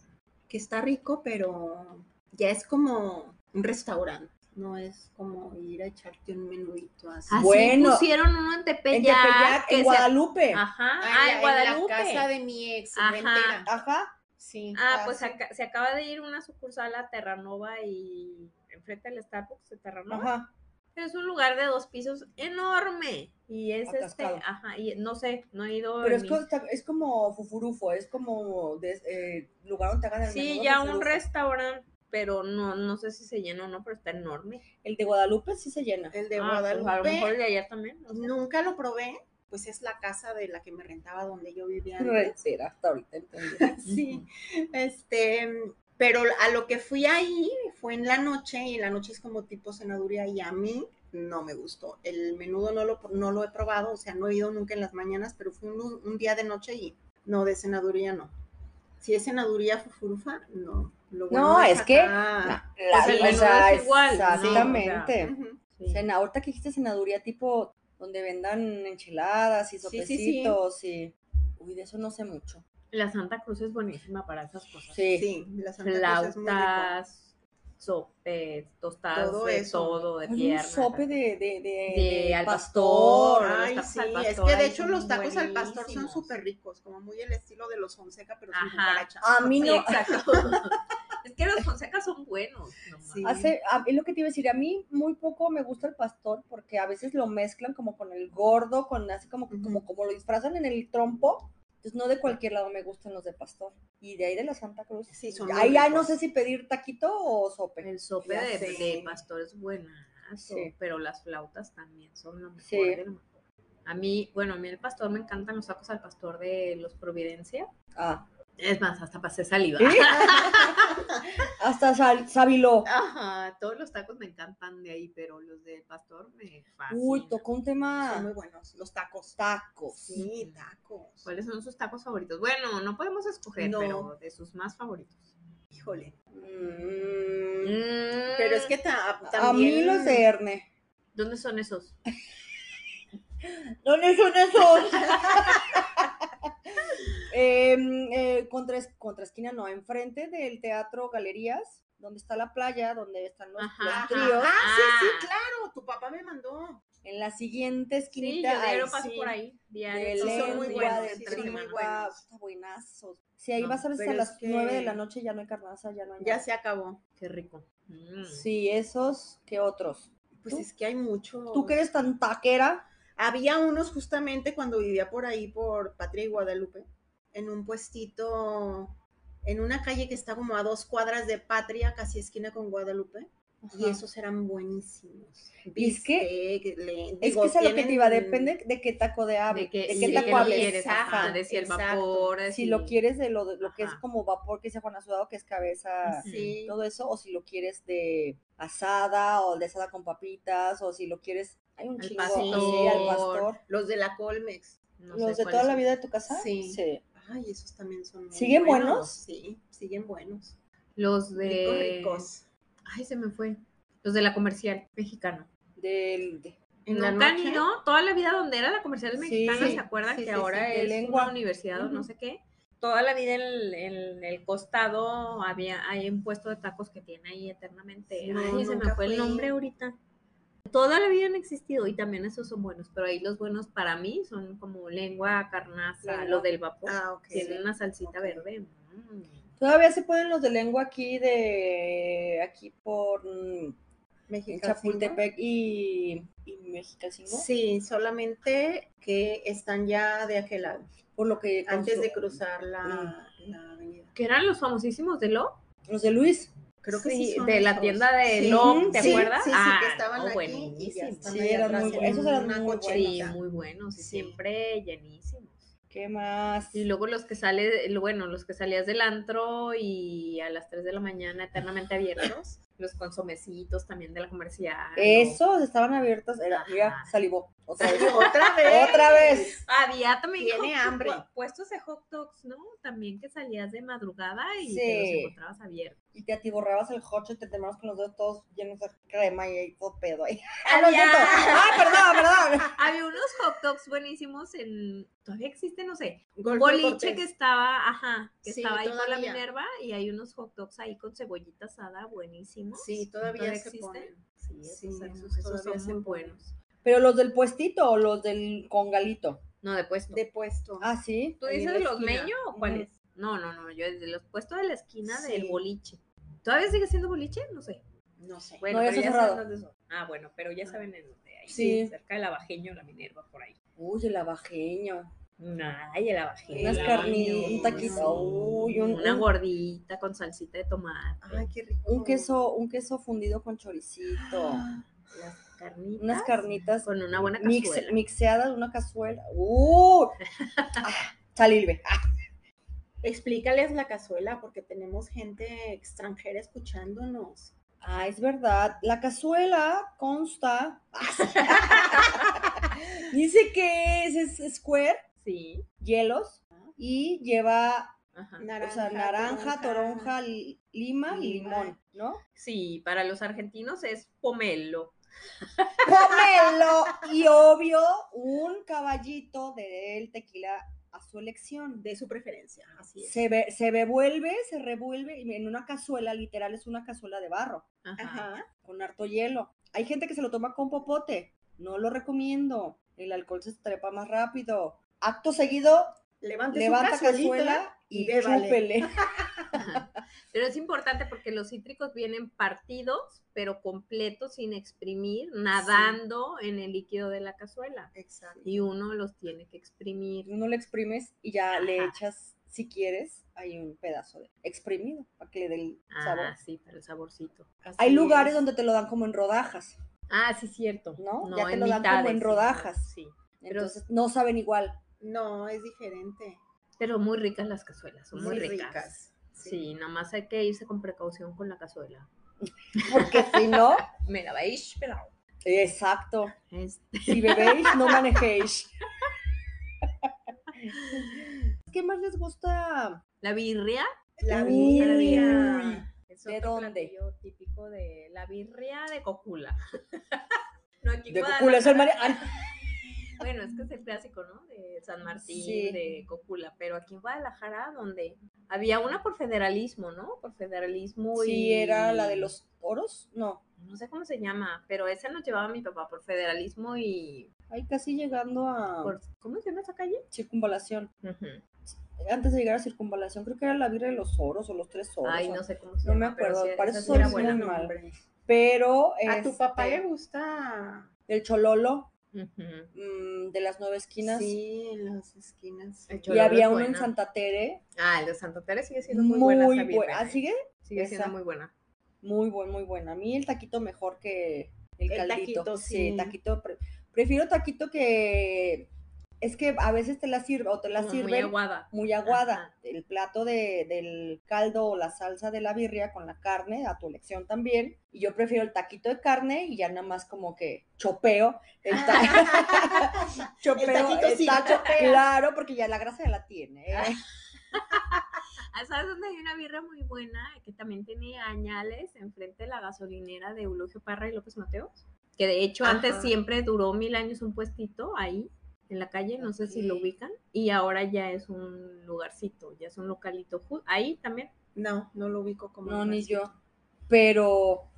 Speaker 1: que está rico, pero ya es como un restaurante. No es como ir a echarte un menudito así.
Speaker 2: Así
Speaker 3: Bueno,
Speaker 2: Ah, pusieron uno en Tepeyac.
Speaker 3: En Tepeyac,
Speaker 2: que
Speaker 3: en
Speaker 2: se-
Speaker 3: Guadalupe. Ajá.
Speaker 2: Ajá,
Speaker 1: Ah,
Speaker 2: ah, en Guadalupe.
Speaker 1: la casa de mi ex,
Speaker 2: Ajá.
Speaker 1: rentera. Sí.
Speaker 2: Ah, pues
Speaker 3: sí.
Speaker 2: acá- se acaba de ir una sucursal a Terranova y enfrente del Starbucks de Terranova.
Speaker 3: Ajá.
Speaker 2: Pero es un lugar de dos pisos enorme. Y es
Speaker 3: Atascado.
Speaker 2: este, ajá, y no sé, no he ido.
Speaker 3: Pero
Speaker 2: en
Speaker 3: es,
Speaker 2: mi-
Speaker 3: co- está- es como fufurufo, es como de- eh, lugar donde te hagan el
Speaker 2: Sí,
Speaker 3: menudo
Speaker 2: ya un
Speaker 3: fufurufo.
Speaker 2: restaurante, pero no, no sé si se llena o no, pero está enorme.
Speaker 3: El de Guadalupe sí se llena.
Speaker 1: El de
Speaker 2: Ah, pues,
Speaker 1: Guadalupe.
Speaker 2: a lo mejor de allá también. no sé.
Speaker 1: Nunca lo probé, pues es la casa de la que me rentaba donde yo vivía antes.
Speaker 3: Rentera, hasta ahorita entendí.
Speaker 1: Sí, este, pero a lo que fui ahí fue en la noche y en la noche es como tipo cenaduría y a mí no me gustó. El menudo no lo, no lo he probado, o sea, no he ido nunca en las mañanas, pero fue un, lu- un día de noche y no, de cenaduría no. Si es cenaduría fufurufa, no. Lo
Speaker 3: No, es que-
Speaker 1: acá.
Speaker 3: La-
Speaker 2: Pues el
Speaker 3: o
Speaker 2: menudo
Speaker 3: sea,
Speaker 2: es igual, ¿no? O sea,
Speaker 3: Exactamente.
Speaker 1: Ujú.
Speaker 2: Sí.
Speaker 3: Cena, ahorita que dijiste cenaduría, tipo donde vendan enchiladas
Speaker 1: sí,
Speaker 3: y
Speaker 1: sí.
Speaker 3: sopecitos y. Uy, de eso no sé mucho.
Speaker 2: La Santa Cruz es buenísima para esas cosas.
Speaker 3: Sí.
Speaker 1: Sí, la Santa Cruz es muy rico.
Speaker 2: Flautas, sopes, tostadas
Speaker 1: Todo
Speaker 2: de
Speaker 1: eso.
Speaker 2: todo, de
Speaker 3: Ay,
Speaker 2: pierna.
Speaker 3: un sope de, de, de,
Speaker 2: de
Speaker 3: de
Speaker 2: al
Speaker 3: pastor.
Speaker 2: pastor.
Speaker 1: Ay,
Speaker 2: los tacos
Speaker 1: sí,
Speaker 2: al
Speaker 1: es
Speaker 2: pastor
Speaker 1: que de
Speaker 2: ahí
Speaker 1: hecho
Speaker 2: son
Speaker 1: los tacos al pastor son
Speaker 2: buenísimos.
Speaker 1: súper ricos, como muy el estilo de los Fonseca, pero sin
Speaker 2: Ajá. Ah,
Speaker 1: cucarachas.
Speaker 3: A mí
Speaker 2: Sí,
Speaker 3: no.
Speaker 2: exacto. es que los fonsecas son buenos. no
Speaker 1: Sí.
Speaker 2: mames.
Speaker 3: Hace, a- es lo que te iba a decir, a mí muy poco me gusta el pastor porque a veces lo mezclan como con el gordo, con así como,
Speaker 1: Ujú.
Speaker 3: como, como lo disfrazan en el trompo. Entonces no de cualquier lado me gustan los de pastor. Y de ahí de la Santa Cruz.
Speaker 1: Sí, son muy
Speaker 3: Ahí ya no
Speaker 1: ricos.
Speaker 3: sé si pedir taquito o sope.
Speaker 2: El sope
Speaker 1: Ya
Speaker 2: de,
Speaker 1: sé.
Speaker 2: de pastor es buenazo,
Speaker 3: Sí.
Speaker 2: pero las flautas también son lo mejor
Speaker 3: Sí.
Speaker 2: de lo mejor. A mí, bueno, a mí el pastor me encantan los tacos al pastor de los Providencia.
Speaker 3: Ah.
Speaker 2: Es más, hasta pasé saliva.
Speaker 3: ¿Eh? Hasta sal, sabiló.
Speaker 1: Ah,
Speaker 2: Ajá, todos los tacos me encantan de ahí, pero los del pastor me fascinan.
Speaker 3: Uy, tocó un
Speaker 1: Son
Speaker 3: tema.
Speaker 1: muy buenos, los tacos.
Speaker 3: Tacos.
Speaker 1: Sí, tacos.
Speaker 3: Pues,
Speaker 2: ¿Cuáles son sus tacos favoritos? Bueno, no podemos escoger,
Speaker 1: No.
Speaker 2: pero de sus más favoritos.
Speaker 1: Híjole.
Speaker 3: Mm,
Speaker 1: Pero es que ta-
Speaker 3: A mí
Speaker 1: también-
Speaker 3: los de Erne.
Speaker 2: ¿Dónde son esos?
Speaker 3: ¿Dónde son esos? Em, eh, contra, es- contra esquina, no, enfrente del Teatro Galerías, donde está la playa, donde están los,
Speaker 2: Ajá,
Speaker 3: los
Speaker 2: ajá.
Speaker 3: tríos.
Speaker 1: Ah, sí, sí,
Speaker 2: Ah.
Speaker 1: claro. Tu papá me mandó.
Speaker 3: En la siguiente
Speaker 2: Sí,
Speaker 3: esquinita.
Speaker 2: yo
Speaker 3: ay,
Speaker 2: diario paso
Speaker 3: sí,
Speaker 2: por ahí. Diario.
Speaker 3: de
Speaker 1: Sí, son
Speaker 3: lengua,
Speaker 1: muy
Speaker 3: de
Speaker 1: buenos, sí,
Speaker 2: entre
Speaker 1: son muy
Speaker 2: semana.
Speaker 1: buenos.
Speaker 3: lengua, está buenazos. Si ahí
Speaker 2: No,
Speaker 3: vas a veces a
Speaker 1: pero
Speaker 3: las
Speaker 1: es que-
Speaker 3: 9 de la noche ya no hay carnaza, ya no hay
Speaker 1: Ya
Speaker 3: nada.
Speaker 1: se acabó.
Speaker 2: Qué rico. Mm.
Speaker 3: Sí, esos, ¿qué otros?
Speaker 1: Pues
Speaker 3: ¿Tú?
Speaker 1: es que hay mucho.
Speaker 3: Tú que eres tan taquera,
Speaker 1: Había unos justamente cuando vivía por ahí, por Patria y Guadalupe, en un puestito, en una calle que está como a dos cuadras de Patria, casi esquina con Guadalupe, y
Speaker 3: Ajá.
Speaker 1: esos eran buenísimos.
Speaker 3: Y es que-
Speaker 1: Bistec, le-
Speaker 3: es
Speaker 1: digo,
Speaker 3: que es a lo que te
Speaker 1: tienen-
Speaker 3: iba, depende de qué taco de ave,
Speaker 2: De
Speaker 3: de qué,
Speaker 2: que,
Speaker 1: ¿De
Speaker 2: si
Speaker 1: qué
Speaker 2: de
Speaker 3: taco
Speaker 1: taco
Speaker 2: lo
Speaker 1: hables?
Speaker 2: quieres, ajá,
Speaker 1: Exacto,
Speaker 2: de si el
Speaker 1: exacto.
Speaker 2: vapor, de
Speaker 3: Si lo quieres de lo, de lo que es
Speaker 2: Ajá.
Speaker 3: como vapor que dice Juana Sudado, que es cabeza,
Speaker 1: Sí.
Speaker 3: todo eso, o si lo quieres de asada, o de asada con papitas, o si lo quieres, hay un
Speaker 2: Al
Speaker 3: chingo
Speaker 2: pastor.
Speaker 3: así, al pastor.
Speaker 1: Los de la Colmex.
Speaker 2: No sé
Speaker 3: ¿Los de
Speaker 2: cuáles
Speaker 3: toda la
Speaker 2: son.
Speaker 3: vida de tu casa?
Speaker 1: Sí. Ay, esos también son muy
Speaker 3: ¿Siguen buenos?
Speaker 1: Sí, siguen buenos.
Speaker 2: Los
Speaker 1: Ricos,
Speaker 2: de.
Speaker 1: ricos.
Speaker 2: Ay, se me fue. Los de la comercial mexicana.
Speaker 3: Del, de-
Speaker 1: En la
Speaker 2: Nunca han
Speaker 1: noche,
Speaker 2: ido toda la vida donde era la comercial
Speaker 3: Sí,
Speaker 2: mexicana,
Speaker 3: sí,
Speaker 2: ¿se acuerdan?
Speaker 3: sí,
Speaker 2: que
Speaker 3: sí,
Speaker 2: ahora
Speaker 3: sí, de
Speaker 2: es
Speaker 3: lengua.
Speaker 2: una universidad o no
Speaker 3: Ujú.
Speaker 2: sé qué. Toda la vida en el, en el costado había hay un puesto de tacos que tiene ahí eternamente.
Speaker 1: Sí, no,
Speaker 2: Ay, se me
Speaker 1: nunca
Speaker 2: fue el
Speaker 1: fui.
Speaker 2: nombre ahorita. Toda la vida han existido y también esos son buenos, pero ahí los buenos para mí son como lengua, carnaza,
Speaker 3: Lengua.
Speaker 2: lo del vapor.
Speaker 1: Ah, ok.
Speaker 2: Tienen una salsita
Speaker 1: ok.
Speaker 2: verde. mm.
Speaker 3: Todavía se ponen los de lengua aquí de aquí por mm, en
Speaker 1: Mexicanos, ¿no?
Speaker 3: Chapultepec y, y Mexicacingo,
Speaker 1: Sí, solamente que están ya de aquel lado,
Speaker 3: por lo que
Speaker 1: antes de
Speaker 3: constru-
Speaker 1: cruzar la, la avenida.
Speaker 2: Que eran los famosísimos de Lo,
Speaker 3: los de Luis.
Speaker 1: Creo que sí.
Speaker 2: Sí,
Speaker 1: son
Speaker 2: de la
Speaker 1: esos.
Speaker 2: tienda de
Speaker 3: Sí,
Speaker 2: Lo, ¿te
Speaker 1: sí,
Speaker 2: acuerdas?
Speaker 1: Sí, sí,
Speaker 2: ah,
Speaker 1: que estaban
Speaker 2: no,
Speaker 1: aquí y ya
Speaker 2: buenísimos.
Speaker 1: están
Speaker 3: Sí,
Speaker 1: ahí
Speaker 3: eran
Speaker 1: atrás
Speaker 3: muy
Speaker 1: en
Speaker 3: bu- esos eran
Speaker 1: una
Speaker 3: muy buenos.
Speaker 2: Sí,
Speaker 1: cocherita.
Speaker 2: muy buenos y
Speaker 1: Sí.
Speaker 2: siempre llenísimos.
Speaker 3: ¿Qué más?
Speaker 2: Y luego los que sale, lo bueno, los que salías del antro y a las 3 de la mañana eternamente abiertos, los consomecitos también de la comercial. o-
Speaker 3: Esos estaban abiertos, era, mira,
Speaker 2: Ajá.
Speaker 3: salivó. Otra
Speaker 1: Y
Speaker 3: vez.
Speaker 1: Otra vez.
Speaker 3: Otra vez.
Speaker 2: Había también
Speaker 1: Tiene
Speaker 2: hot-
Speaker 1: hambre.
Speaker 2: pu- puestos de hot dogs, ¿no? También que salías de madrugada y te
Speaker 3: Sí.
Speaker 2: los encontrabas abiertos.
Speaker 3: Y te atiborrabas el hocho y te terminabas con los dedos todos llenos de crema y ahí todo pedo ahí. Ah, no es
Speaker 2: Había-
Speaker 3: cierto. Ah, perdón, perdón.
Speaker 2: Había unos hot dogs buenísimos en, todavía existe, no sé,
Speaker 1: Golpe
Speaker 2: boliche
Speaker 1: Cortés.
Speaker 2: que estaba, ajá, que
Speaker 1: Sí,
Speaker 2: estaba ahí por la
Speaker 1: todavía.
Speaker 2: Minerva y hay unos hot dogs ahí con cebollita asada buenísimos.
Speaker 1: Sí, todavía se
Speaker 2: existen?
Speaker 1: ponen.
Speaker 2: Sí,
Speaker 1: Sí,
Speaker 2: esos, esos-
Speaker 1: esos
Speaker 2: esos
Speaker 1: todavía
Speaker 2: son
Speaker 1: se
Speaker 2: muy
Speaker 1: ponen.
Speaker 2: buenos.
Speaker 3: Pero los del puestito o los del congalito.
Speaker 2: No, de puesto.
Speaker 1: De puesto.
Speaker 3: Ah, sí.
Speaker 2: ¿Tú
Speaker 1: ahí en
Speaker 2: dices
Speaker 1: la
Speaker 2: de los
Speaker 1: esquina.
Speaker 2: meños o cuáles? No, no, no, yo desde los puestos de la esquina del boliche. ¿Todavía sigue siendo boliche? No sé.
Speaker 1: no sé.
Speaker 2: Bueno,
Speaker 3: No, ya
Speaker 2: pero
Speaker 3: está
Speaker 2: ya
Speaker 3: cerrado.
Speaker 2: saben dónde son. Ah, bueno, pero ya saben en dónde hay.
Speaker 3: Sí.
Speaker 2: Cerca del abajeño, la Minerva, por ahí.
Speaker 3: Uy, el abajeño.
Speaker 2: Ay, el abajeño.
Speaker 3: Unas
Speaker 2: el
Speaker 3: carnitas,
Speaker 2: Abajeño,
Speaker 3: un taquito.
Speaker 2: sí.
Speaker 3: Uy, un-
Speaker 2: Una
Speaker 3: un-
Speaker 2: gordita con salsita de tomate.
Speaker 1: Ay, qué rico.
Speaker 3: Un queso, un queso fundido con choricito.
Speaker 2: Las carnitas.
Speaker 3: Unas carnitas
Speaker 2: Con Ah, una buena
Speaker 3: mix-
Speaker 2: cazuela.
Speaker 3: mixeadas, una cazuela. ¡Uh! Ah, Salirme. Ah,
Speaker 1: Explícales la cazuela porque tenemos gente extranjera escuchándonos.
Speaker 3: Ah, es verdad. La cazuela consta. Dice que es, es square,
Speaker 2: Sí.
Speaker 3: hielos, y lleva
Speaker 2: Ajá.
Speaker 3: Ah, o sea, naranja, toronja, li- lima y
Speaker 1: lima.
Speaker 3: limón, ¿no?
Speaker 2: Sí, para los argentinos es pomelo.
Speaker 3: Pomelo y obvio un caballito del tequila a su elección.
Speaker 1: de su preferencia. Así es.
Speaker 3: Se, ve- se revuelve, se revuelve y en una cazuela, literal es una cazuela de barro,
Speaker 2: Ajá.
Speaker 1: Ajá.
Speaker 3: con harto hielo. Hay gente que se lo toma con popote, no lo recomiendo, el alcohol se trepa más rápido. Acto seguido,
Speaker 1: Levante
Speaker 3: levanta
Speaker 1: su cazuelita.
Speaker 3: cazuela y,
Speaker 1: ¿eh? y bébale.
Speaker 3: chúpele.
Speaker 2: Ajá. Pero es importante porque los cítricos vienen partidos, pero completos, sin exprimir, nadando en el líquido de la cazuela.
Speaker 1: Exacto.
Speaker 2: Y uno los tiene que exprimir.
Speaker 3: Uno lo exprimes y ya le
Speaker 2: Ajá.
Speaker 3: echas, si quieres, hay un pedazo de exprimido para que le dé el sabor.
Speaker 2: Ah, sí, para el saborcito.
Speaker 3: Hay
Speaker 1: Así
Speaker 3: lugares
Speaker 1: es.
Speaker 3: donde te lo dan como en rodajas.
Speaker 2: Ah, sí, cierto.
Speaker 3: ¿No? Ya te lo dan como en
Speaker 2: sí,
Speaker 3: rodajas.
Speaker 2: Sí.
Speaker 3: Entonces no saben igual.
Speaker 1: No, es diferente.
Speaker 2: Pero muy ricas las cazuelas, son muy,
Speaker 1: Muy
Speaker 2: ricas. Sí. nomás hay que irse con precaución con la cazuela.
Speaker 3: Porque si no,
Speaker 2: Me la vais, pero...
Speaker 3: exacto.
Speaker 2: Es-
Speaker 3: Si bebéis, no manejéis. ¿Qué más les gusta?
Speaker 2: La birria.
Speaker 1: La
Speaker 3: Uy.
Speaker 1: birria.
Speaker 2: Es
Speaker 3: ¿De
Speaker 2: otro
Speaker 3: dónde?
Speaker 2: platillo típico de la birria de Cocula. no, aquí en
Speaker 3: De
Speaker 2: Guadalajara-
Speaker 3: culo es el mare- ah,
Speaker 2: Bueno, es que es el clásico, ¿no? De San Martín,
Speaker 3: Sí.
Speaker 2: de Cocula. Pero aquí en Guadalajara, donde había una por federalismo, ¿no? Por federalismo y...
Speaker 3: Sí, era la de los oros. No.
Speaker 2: No sé cómo se llama, pero esa nos llevaba mi papá por federalismo y...
Speaker 3: Ahí casi llegando a
Speaker 2: por- ¿Cómo se llama esa calle?
Speaker 3: circunvalación.
Speaker 2: Ujú.
Speaker 3: Antes de llegar a circunvalación, creo que era la birra de los oros o los tres oros.
Speaker 2: Ay,
Speaker 3: o-
Speaker 2: no sé cómo se
Speaker 3: no me
Speaker 2: llama. pero
Speaker 3: acuerdo,
Speaker 2: sí,
Speaker 3: para
Speaker 2: esa
Speaker 3: eso
Speaker 2: sí era
Speaker 3: soy
Speaker 2: buena.
Speaker 3: muy mala. Pero.
Speaker 1: A tu papá
Speaker 3: este,
Speaker 1: le gusta.
Speaker 3: El chololo
Speaker 2: Ujú.
Speaker 3: mm, de las nueve esquinas.
Speaker 1: Sí, las esquinas. sí.
Speaker 2: El
Speaker 3: Y
Speaker 2: Chololo
Speaker 3: había
Speaker 2: es
Speaker 3: uno en
Speaker 2: buena.
Speaker 3: Santa Tere.
Speaker 2: Ah, el de Santa Teresa sigue siendo muy,
Speaker 3: Muy,
Speaker 2: buena. esa
Speaker 3: buena.
Speaker 2: birria,
Speaker 3: ¿Ah,
Speaker 2: ¿eh?
Speaker 3: sigue?
Speaker 2: Sigue
Speaker 3: Esa.
Speaker 2: siendo muy buena.
Speaker 3: Muy buen, muy buena. A mí el taquito mejor que el,
Speaker 1: El
Speaker 3: caldito.
Speaker 1: taquito, sí.
Speaker 3: taquito. pre- prefiero taquito que. Es que a veces te la sirve o te la
Speaker 2: Como muy
Speaker 3: sirven
Speaker 2: aguada.
Speaker 3: muy aguada.
Speaker 2: Ajá.
Speaker 3: El plato de, del caldo o la salsa de la birria con la carne, a tu elección también. Y yo prefiero el taquito de carne y ya nada más como que chopeo. El, ta- chopeo,
Speaker 1: taquito
Speaker 3: el
Speaker 1: sí lo
Speaker 3: taco,
Speaker 1: chopeas.
Speaker 3: claro, porque ya la grasa ya la tiene. ¿eh?
Speaker 2: Ah, ¿Sabes dónde hay una birra muy buena? Que también tiene añales enfrente de la gasolinera de Eulogio Parra y López Mateos. Que de hecho antes
Speaker 1: Ajá.
Speaker 2: siempre duró mil años un puestito ahí en la calle, no sé si lo
Speaker 3: Ok.
Speaker 2: ubican. Y ahora ya es un lugarcito, ya es un localito. ju- Ahí también.
Speaker 1: No, no lo ubico como.
Speaker 3: No,
Speaker 1: un
Speaker 3: ni
Speaker 1: vasito.
Speaker 3: yo. Pero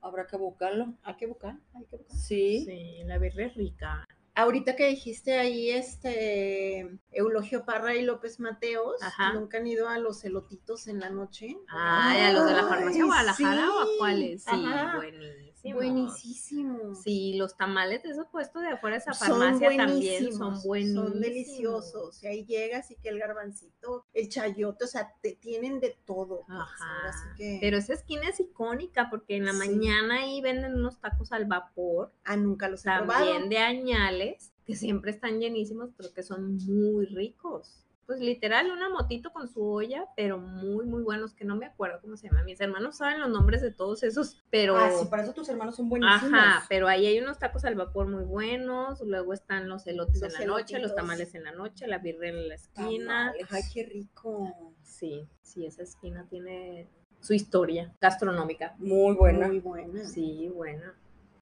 Speaker 3: habrá que buscarlo.
Speaker 1: Hay que buscar, hay que buscar.
Speaker 3: Sí.
Speaker 2: Sí, la birra es rica.
Speaker 1: Ahorita que dijiste ahí, este, Eulogio Parra y López Mateos,
Speaker 2: Ajá.
Speaker 1: nunca han ido a los elotitos en la noche.
Speaker 2: Ay, a los de la farmacia
Speaker 1: Ay,
Speaker 2: Guadalajara o a
Speaker 1: sí.
Speaker 2: cuáles. Sí,
Speaker 1: Ajá.
Speaker 2: buenísimo.
Speaker 1: Buenísimo.
Speaker 2: Sí, los tamales de esos puestos de afuera de esa
Speaker 1: Son
Speaker 2: farmacia también
Speaker 1: buenísimos,
Speaker 2: son buenísimos.
Speaker 1: son deliciosos. Y ahí llegas y que el garbancito, el chayote, o sea, te tienen de todo. pues, ahora sí
Speaker 2: Ajá.
Speaker 1: que-
Speaker 2: Pero esa esquina es icónica porque en la
Speaker 1: Sí.
Speaker 2: mañana ahí venden unos tacos al vapor,
Speaker 1: ah, nunca los he probado.
Speaker 2: también de añales, que siempre están llenísimos, pero que son muy ricos. Pues literal, una motito con su olla, pero muy, muy buenos, que no me acuerdo cómo se llama. Mis hermanos saben los nombres de todos esos, pero...
Speaker 3: Ah, sí, para eso tus hermanos son buenísimos.
Speaker 2: Ajá, pero ahí hay unos tacos al vapor muy buenos, luego están los elotes
Speaker 1: Los
Speaker 2: en la noche, los
Speaker 1: elotitos.
Speaker 2: tamales en la noche, la birra en la esquina.
Speaker 3: Tamales.
Speaker 1: Ay, qué rico.
Speaker 2: Sí, sí, esa esquina tiene su historia gastronómica.
Speaker 3: Muy buena.
Speaker 1: Muy buena.
Speaker 2: Sí, buena.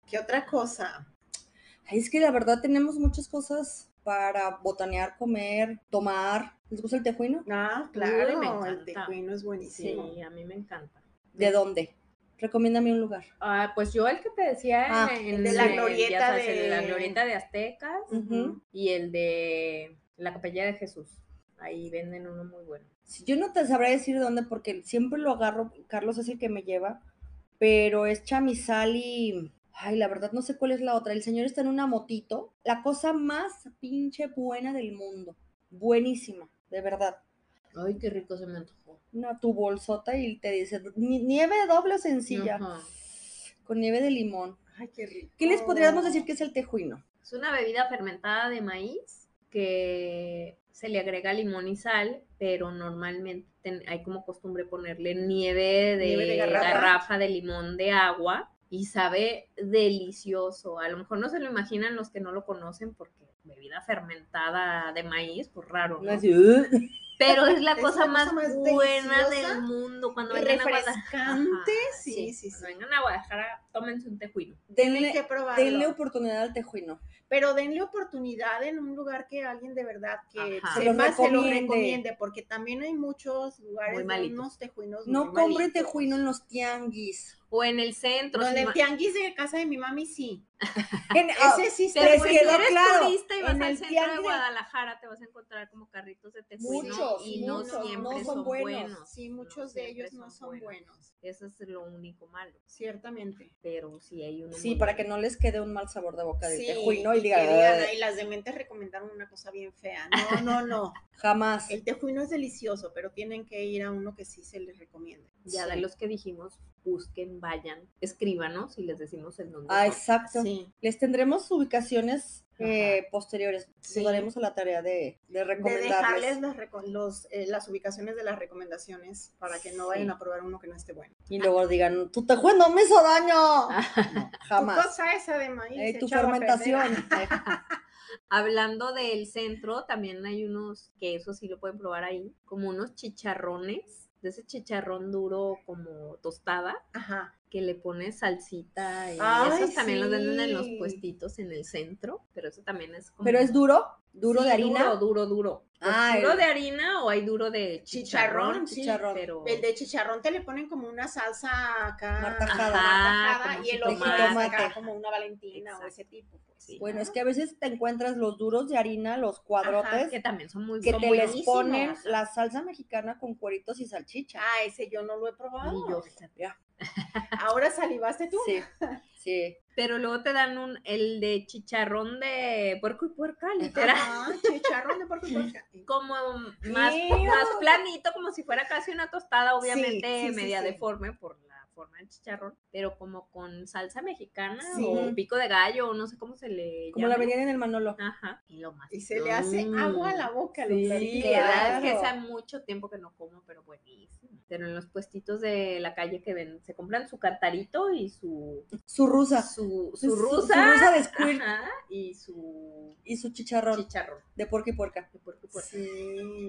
Speaker 1: ¿Qué otra cosa?
Speaker 3: Ay, es que la verdad tenemos muchas cosas para botanear, comer, tomar. ¿Les gusta el tejuino?
Speaker 1: Ah,
Speaker 2: me
Speaker 1: claro, el
Speaker 2: encanta.
Speaker 1: tejuino es
Speaker 2: Sí,
Speaker 1: buenísimo.
Speaker 2: a mí me encanta.
Speaker 3: ¿De dónde? Recomiéndame un lugar.
Speaker 2: Ah, pues yo el que te decía en-
Speaker 3: Ah,
Speaker 2: en,
Speaker 1: el de la
Speaker 2: en- ya
Speaker 1: glorieta
Speaker 2: sabes, el de la
Speaker 1: de-
Speaker 2: glorieta de Aztecas
Speaker 3: Ujú.
Speaker 2: y el de la capilla de Jesús. Ahí venden uno muy bueno.
Speaker 3: Si yo no te sabré decir dónde porque siempre lo agarro, Carlos es el que me lleva, pero es chamizal y... Ay, la verdad no sé cuál es la otra. El señor está en una motito. La cosa más pinche buena del mundo. Buenísima, de verdad.
Speaker 2: Ay, qué rico se me antojó.
Speaker 3: Una tu bolsota y te dice "Ni- nieve doble o sencilla.
Speaker 2: Ajá.
Speaker 3: Con nieve de limón.
Speaker 1: Ay, qué rico.
Speaker 3: ¿Qué les podríamos decir que es el tejuino?
Speaker 2: Es una bebida fermentada de maíz que se le agrega limón y sal, pero normalmente ten- hay como costumbre ponerle nieve de,
Speaker 1: Nieve de garrafa.
Speaker 2: garrafa de limón de agua y sabe delicioso. A lo mejor no se lo imaginan los que no lo conocen porque bebida fermentada de maíz, pues raro,
Speaker 3: No
Speaker 2: ¿no?
Speaker 3: es "Ugh".
Speaker 2: Pero es la
Speaker 1: Es la cosa
Speaker 2: cosa más,
Speaker 1: más
Speaker 2: buena
Speaker 1: deliciosa
Speaker 2: del mundo. Cuando vengan a Guadalajara.
Speaker 1: Refrescante,
Speaker 2: Ajá,
Speaker 1: sí, sí, sí.
Speaker 2: Cuando vengan a Guadalajara, tómense un tejuino.
Speaker 1: Tienen que
Speaker 3: denle,
Speaker 1: probarlo.
Speaker 3: denle oportunidad al tejuino.
Speaker 1: pero denle oportunidad en un lugar que alguien de verdad que sepa,
Speaker 2: Ajá. Se
Speaker 1: se
Speaker 3: los
Speaker 1: lo recomiende.
Speaker 3: recomiende.
Speaker 1: porque también hay muchos lugares de
Speaker 2: malitos.
Speaker 1: unos tejuinos
Speaker 3: No
Speaker 1: muy
Speaker 3: compren
Speaker 1: malitos.
Speaker 3: tejuino en los tianguis.
Speaker 2: O en el centro.
Speaker 1: Donde
Speaker 2: si
Speaker 1: el
Speaker 2: ma-
Speaker 1: tianguis de casa de mi mami sí.
Speaker 3: En- ah,
Speaker 1: Ese sí está
Speaker 2: Pero
Speaker 3: Les
Speaker 2: pues,
Speaker 1: bueno.
Speaker 2: si
Speaker 3: quedó
Speaker 2: eres
Speaker 3: claro,
Speaker 2: turista y vas
Speaker 3: en
Speaker 2: al
Speaker 3: el
Speaker 2: centro de
Speaker 3: tianguis-
Speaker 2: Guadalajara, te vas a encontrar como carritos de tejuino
Speaker 3: Muchos,
Speaker 2: y no
Speaker 3: muchos,
Speaker 2: siempre
Speaker 3: no
Speaker 2: son,
Speaker 3: son
Speaker 2: buenos.
Speaker 3: buenos.
Speaker 1: Sí, muchos
Speaker 2: No
Speaker 1: de
Speaker 2: siempre
Speaker 1: ellos no son buenos.
Speaker 2: Eso es lo único malo,
Speaker 1: ciertamente.
Speaker 2: pero sí hay uno
Speaker 3: Sí,
Speaker 2: muy
Speaker 3: para que
Speaker 2: bueno.
Speaker 3: no les quede un mal sabor de boca del
Speaker 1: Sí,
Speaker 3: tejuino y
Speaker 1: que
Speaker 3: digan,
Speaker 1: digan,
Speaker 3: "Ugh,
Speaker 1: "Ay, las dementes recomendaron una cosa bien fea. No, no, no.
Speaker 3: jamás.
Speaker 1: El tejuino es delicioso, pero tienen que ir a uno que sí se les recomienda.
Speaker 2: Ya de
Speaker 3: Sí.
Speaker 2: los que dijimos, busquen, vayan, escríbanos y les decimos el nombre.
Speaker 3: Ah, exacto.
Speaker 1: Sí.
Speaker 3: Les tendremos ubicaciones eh, posteriores.
Speaker 1: Sí.
Speaker 3: Nos daremos a la tarea de, de
Speaker 1: De
Speaker 3: recomendarles
Speaker 1: dejarles las, reco- los, eh, las ubicaciones de las recomendaciones para que no
Speaker 3: Sí.
Speaker 1: vayan a probar uno que no esté bueno.
Speaker 3: y luego digan, tu tejuez no me hizo daño. No,
Speaker 1: Tu
Speaker 3: jamás.
Speaker 1: cosa esa de maíz.
Speaker 3: Eh, tu
Speaker 1: echado a perder.
Speaker 3: fermentación. Eh,
Speaker 2: Hablando del centro, también hay unos que eso sí lo pueden probar ahí, como unos chicharrones, de ese chicharrón duro como tostada,
Speaker 1: Ajá.
Speaker 2: que le pones salsita y
Speaker 1: Ay,
Speaker 2: esos también los venden en los
Speaker 1: sí.
Speaker 2: puestitos en el centro, pero eso también es como...
Speaker 3: Pero es duro, duro
Speaker 2: Sí,
Speaker 3: de harina.
Speaker 2: Duro, duro, duro. Pues,
Speaker 3: Ah,
Speaker 2: ¿Duro
Speaker 3: el-
Speaker 2: de harina o hay duro de
Speaker 1: Chicharrón,
Speaker 2: chicharrón?
Speaker 1: sí,
Speaker 3: chicharrón.
Speaker 2: Pero...
Speaker 1: El de chicharrón te le ponen como una salsa acá.
Speaker 3: Martajada.
Speaker 2: Ajá,
Speaker 1: martajada,
Speaker 2: como
Speaker 1: y el otro
Speaker 3: jitomate.
Speaker 1: es acá
Speaker 3: Jitomate.
Speaker 1: como una valentina o
Speaker 2: Exacto.
Speaker 1: ese tipo. Pues.
Speaker 2: Sí.
Speaker 3: Bueno, es que a veces te encuentras los duros de harina, los cuadrotes,
Speaker 2: que también son muy
Speaker 3: que
Speaker 2: son
Speaker 3: te
Speaker 2: muy
Speaker 3: les
Speaker 2: ricos.
Speaker 3: ponen
Speaker 1: buenísimos.
Speaker 3: la salsa mexicana con cueritos y salchicha.
Speaker 1: Ah, ese yo no lo he probado.
Speaker 2: Y yo, fíjate.
Speaker 1: Ahora salivaste tú.
Speaker 3: Sí, sí.
Speaker 2: Pero luego te dan un, el de chicharrón de puerco y puerca, literal.
Speaker 1: Ajá, chicharrón de puerco y puerca.
Speaker 2: Como más,
Speaker 1: Ew.
Speaker 2: más planito, como si fuera casi una tostada, obviamente
Speaker 1: sí, sí,
Speaker 2: media
Speaker 1: sí.
Speaker 2: deforme por la forma del chicharrón, pero como con salsa mexicana
Speaker 1: Sí.
Speaker 2: o pico de gallo, o no sé cómo se le
Speaker 3: Como la
Speaker 2: llame.
Speaker 3: venían en el Manolo.
Speaker 2: Ajá. Y lo más.
Speaker 1: Y se le hace agua a la boca. lo
Speaker 2: Sí,
Speaker 1: platico.
Speaker 2: la verdad es que
Speaker 3: claro.
Speaker 2: hace mucho tiempo que no como, pero buenísimo. Pero en los puestitos de la calle que ven, se compran su cantarito y su,
Speaker 3: Su rusa.
Speaker 2: su,
Speaker 3: Su-
Speaker 2: su
Speaker 3: su
Speaker 2: rusa,
Speaker 3: rusa de squirt.
Speaker 2: ajá, y su
Speaker 3: Y su chicharrón
Speaker 2: chicharrón.
Speaker 3: de puerco y puerca.
Speaker 2: de puerco y
Speaker 1: Pues,
Speaker 2: puerco.
Speaker 1: Sí.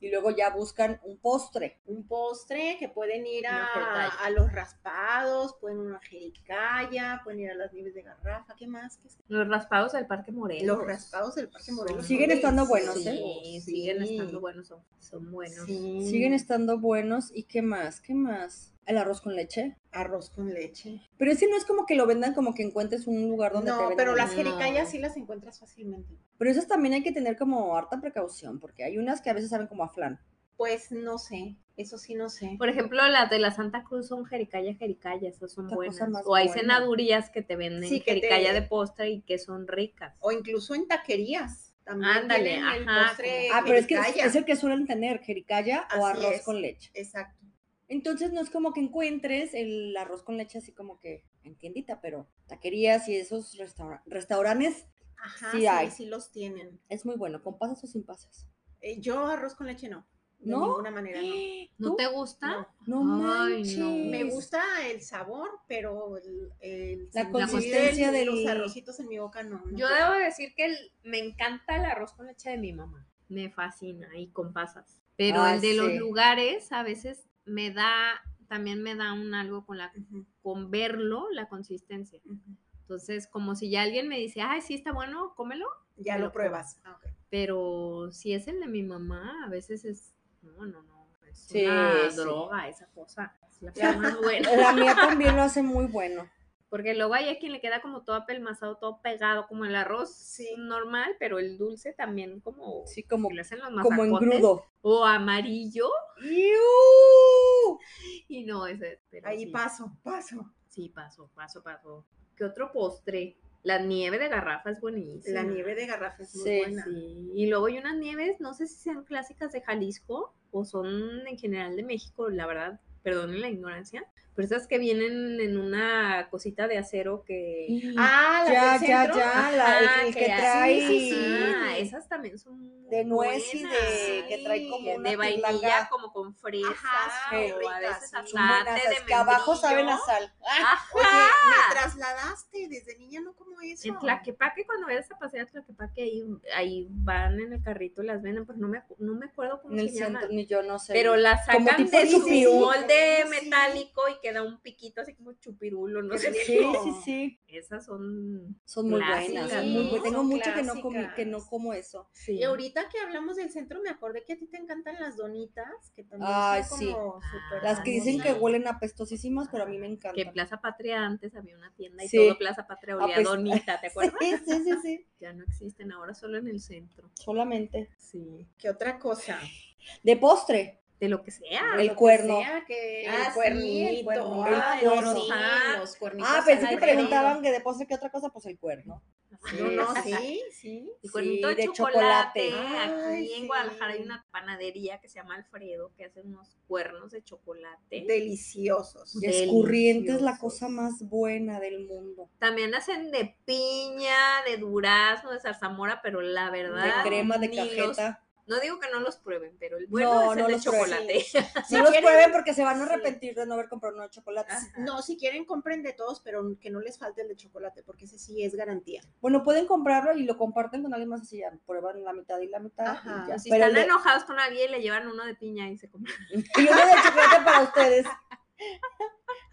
Speaker 3: Y luego ya buscan un postre.
Speaker 1: Un postre que pueden ir
Speaker 2: Una
Speaker 1: a,
Speaker 2: jericaya.
Speaker 1: a los raspados, pueden ir a una jericaya, pueden ir a las nieves de garrafa, ¿qué más? ¿Qué es?
Speaker 2: Los raspados del Parque Morelos.
Speaker 3: Pues,
Speaker 1: Los raspados del Parque Morelos.
Speaker 3: Siguen
Speaker 1: son
Speaker 3: estando buenos,
Speaker 2: sí,
Speaker 1: deliciosos.
Speaker 2: siguen
Speaker 1: ¿eh? Sí.
Speaker 2: estando buenos, son, son buenos.
Speaker 1: Sí.
Speaker 3: Siguen estando buenos. ¿Y qué más? ¿Qué más? El arroz con leche.
Speaker 1: arroz con leche.
Speaker 3: Pero ese no es como que lo vendan como que encuentres un lugar donde te
Speaker 1: No,
Speaker 3: vendan
Speaker 1: pero
Speaker 3: el-
Speaker 1: las
Speaker 2: No.
Speaker 1: jericayas sí las encuentras fácilmente.
Speaker 3: Pero esas también hay que tener como harta precaución, porque hay unas que a veces saben como a flan.
Speaker 1: Pues no sé, eso sí no sé.
Speaker 2: Por ejemplo, las de la Santa Cruz son jericaya, jericaya, esas son
Speaker 3: Otra
Speaker 2: buenas.
Speaker 3: cosa más
Speaker 2: O hay
Speaker 3: buena.
Speaker 2: cenadurías que te venden
Speaker 1: Sí, que te-
Speaker 2: jericaya de postre y que son ricas.
Speaker 1: O incluso en taquerías. También
Speaker 2: Ándale,
Speaker 1: tienen el
Speaker 2: ajá,
Speaker 1: postre
Speaker 2: como-
Speaker 3: Ah, pero es que es,
Speaker 1: Eh, jericaya.
Speaker 3: es el que suelen tener, jericaya o
Speaker 1: Así
Speaker 3: arroz
Speaker 1: es.
Speaker 3: con leche.
Speaker 1: Exacto.
Speaker 3: Entonces no es como que encuentres el arroz con leche así como que en tiendita, pero taquerías y esos restaura- restaurantes
Speaker 1: Ajá,
Speaker 3: Sí
Speaker 1: sí,
Speaker 3: hay.
Speaker 1: sí los tienen.
Speaker 3: es muy bueno, con pasas o sin pasas.
Speaker 1: Eh, yo arroz con leche no. De
Speaker 3: ¿No?
Speaker 1: ninguna manera no.
Speaker 2: ¿No
Speaker 3: ¿Tú?
Speaker 2: te gusta?
Speaker 1: No.
Speaker 3: No
Speaker 2: Ay,
Speaker 3: manches.
Speaker 2: no.
Speaker 1: Me gusta el sabor, pero el, el-
Speaker 3: La
Speaker 1: sentir
Speaker 3: consistencia
Speaker 1: el-
Speaker 3: del-
Speaker 1: los arrocitos en mi boca no. no
Speaker 2: Yo
Speaker 1: puedo.
Speaker 2: debo decir que el- me encanta el arroz con leche de mi mamá. Me fascina y con pasas. Pero
Speaker 3: Ay,
Speaker 2: el de los
Speaker 3: sí.
Speaker 2: lugares a veces me da, también me da un algo con la
Speaker 1: Ujú,
Speaker 2: con verlo, la consistencia.
Speaker 1: ujú.
Speaker 2: Entonces, como si ya alguien me dice, ay, sí está bueno, cómelo.
Speaker 1: Ya
Speaker 2: Me
Speaker 1: lo
Speaker 2: lo
Speaker 1: pruebas. Ah, ok.
Speaker 2: Pero si es el de mi mamá, a veces es, no, no, no. Es
Speaker 3: Sí,
Speaker 2: una
Speaker 3: sí.
Speaker 2: droga esa cosa. Es la
Speaker 3: Ya.
Speaker 2: cosa más buena.
Speaker 3: La mía también lo hace muy bueno.
Speaker 2: Porque luego hay a quien le queda como todo apelmazado, todo pegado, como el arroz
Speaker 1: Sí.
Speaker 2: normal, pero el dulce también como
Speaker 3: Sí, como,
Speaker 2: que le hacen los
Speaker 3: como
Speaker 2: mazacotes,
Speaker 3: engrudo.
Speaker 2: O amarillo.
Speaker 3: ¡Iu!
Speaker 2: Y no, ese. Pero
Speaker 1: Ahí
Speaker 2: sí,
Speaker 1: paso, paso.
Speaker 2: Sí, paso, paso, paso. ¿Qué otro postre? La nieve de garrafa es buenísima.
Speaker 1: La nieve de garrafa es muy
Speaker 3: Sí,
Speaker 1: buena.
Speaker 2: Sí, y luego hay unas nieves, no sé si sean clásicas de Jalisco o son en general de México, la verdad, perdonen la ignorancia, pero esas que vienen en una cosita de acero que...
Speaker 1: Ah, la
Speaker 3: ya,
Speaker 1: del
Speaker 3: ya,
Speaker 1: centro.
Speaker 3: ya, la- el-
Speaker 2: Ajá,
Speaker 3: el, que
Speaker 2: ya-
Speaker 3: trae
Speaker 1: sí, sí, sí.
Speaker 2: Ah, esas también son muy
Speaker 3: de nuez y de
Speaker 2: buenas.
Speaker 3: que trae como
Speaker 1: Sí,
Speaker 3: una
Speaker 2: de vainilla
Speaker 3: pirlanga.
Speaker 2: como con fresas
Speaker 1: Ajá,
Speaker 3: sí,
Speaker 2: o a
Speaker 1: ricas,
Speaker 2: veces
Speaker 1: sí.
Speaker 2: azate
Speaker 3: Son buenas,
Speaker 2: de
Speaker 3: es que abajo
Speaker 2: membrillo.
Speaker 3: saben a sal.
Speaker 2: Ajá.
Speaker 1: Oye,
Speaker 2: ¡Ah!
Speaker 1: me trasladaste, desde niña no como eso.
Speaker 2: En Tlaquepaque, cuando vayas a pasear a Tlaquepaque, ahí, ahí van en el carrito y las venden, pues no me, acu- no me acuerdo cómo
Speaker 3: En el
Speaker 2: se llama.
Speaker 3: centro, ni yo no sé.
Speaker 2: Pero la
Speaker 3: Como
Speaker 2: sacan
Speaker 3: tipo
Speaker 2: de su
Speaker 3: chupirul.
Speaker 2: molde
Speaker 1: Sí.
Speaker 2: metálico y queda un piquito así como chupirulo, no sé.
Speaker 3: sí,
Speaker 1: rico.
Speaker 3: sí, sí.
Speaker 2: Esas son...
Speaker 3: Son muy
Speaker 2: Clásicas,
Speaker 3: buenas, muy
Speaker 1: ¿no?
Speaker 3: buenas. Tengo
Speaker 1: Son
Speaker 3: mucho que no, comí- que no
Speaker 1: clásicas.
Speaker 3: como eso.
Speaker 2: Sí.
Speaker 1: Y ahorita que hablamos del centro, me acordé que a ti te encantan las donitas, que también
Speaker 3: Ay,
Speaker 1: son
Speaker 3: sí.
Speaker 1: como
Speaker 2: Ah.
Speaker 1: súper
Speaker 3: Las que dicen que
Speaker 1: famosas.
Speaker 3: huelen apestosísimas, pero a mí me
Speaker 2: Que en
Speaker 3: encantan.
Speaker 2: Plaza Patria antes había una tienda y
Speaker 3: Sí.
Speaker 2: todo Plaza Patria olía
Speaker 3: Apest-
Speaker 2: donita, ¿te acuerdas?
Speaker 3: Sí, sí, sí, sí.
Speaker 2: Ya no existen, ahora solo en el centro.
Speaker 3: Solamente.
Speaker 2: Sí.
Speaker 1: ¿Qué otra cosa?
Speaker 3: De postre.
Speaker 2: De lo que sea.
Speaker 3: El
Speaker 1: Lo que
Speaker 3: cuerno.
Speaker 1: sea, que
Speaker 3: Ah, sí, el
Speaker 1: el cuernito.
Speaker 3: cuernito.
Speaker 1: ay,
Speaker 3: El cuerno.
Speaker 1: sí,
Speaker 2: Ajá,
Speaker 1: los los cuernitos.
Speaker 3: Ah, pensé
Speaker 1: al
Speaker 3: que
Speaker 1: alrededor.
Speaker 3: preguntaban que de postre qué otra cosa, pues el cuerno.
Speaker 2: Así
Speaker 1: No, no,
Speaker 2: es.
Speaker 1: sí, sí.
Speaker 2: Y cuernito
Speaker 3: Sí,
Speaker 2: de,
Speaker 3: de
Speaker 2: chocolate. Ah,
Speaker 3: chocolate.
Speaker 2: Aquí
Speaker 1: Ay,
Speaker 2: en
Speaker 1: sí.
Speaker 2: Guadalajara hay una panadería que se llama Alfredo que hace unos cuernos de chocolate.
Speaker 1: Deliciosos.
Speaker 2: De-
Speaker 3: Escurriente es la
Speaker 2: Deliciosos.
Speaker 3: cosa más buena del mundo.
Speaker 2: También hacen de piña, de durazno, de zarzamora, pero la verdad.
Speaker 3: de crema, de
Speaker 2: Ah, ni los-
Speaker 3: cajeta.
Speaker 2: no digo que no los prueben, pero el bueno
Speaker 3: No,
Speaker 2: es el
Speaker 3: no
Speaker 2: de
Speaker 3: los prueben.
Speaker 2: chocolate.
Speaker 3: Si los
Speaker 1: quieren-
Speaker 3: prueben porque se van a
Speaker 1: sí.
Speaker 3: arrepentir de no haber comprado unos chocolates.
Speaker 2: Ajá.
Speaker 1: No, si quieren compren de todos, pero que no les falte el de chocolate, porque ese sí es garantía.
Speaker 3: Bueno, pueden comprarlo y lo comparten con alguien más así, ya prueban la mitad y la mitad. y
Speaker 1: Ajá.
Speaker 3: ya.
Speaker 2: Si
Speaker 3: Pero el
Speaker 2: están
Speaker 3: de-
Speaker 2: enojados con alguien, le llevan uno de piña y se comen.
Speaker 3: y uno de chocolate para ustedes.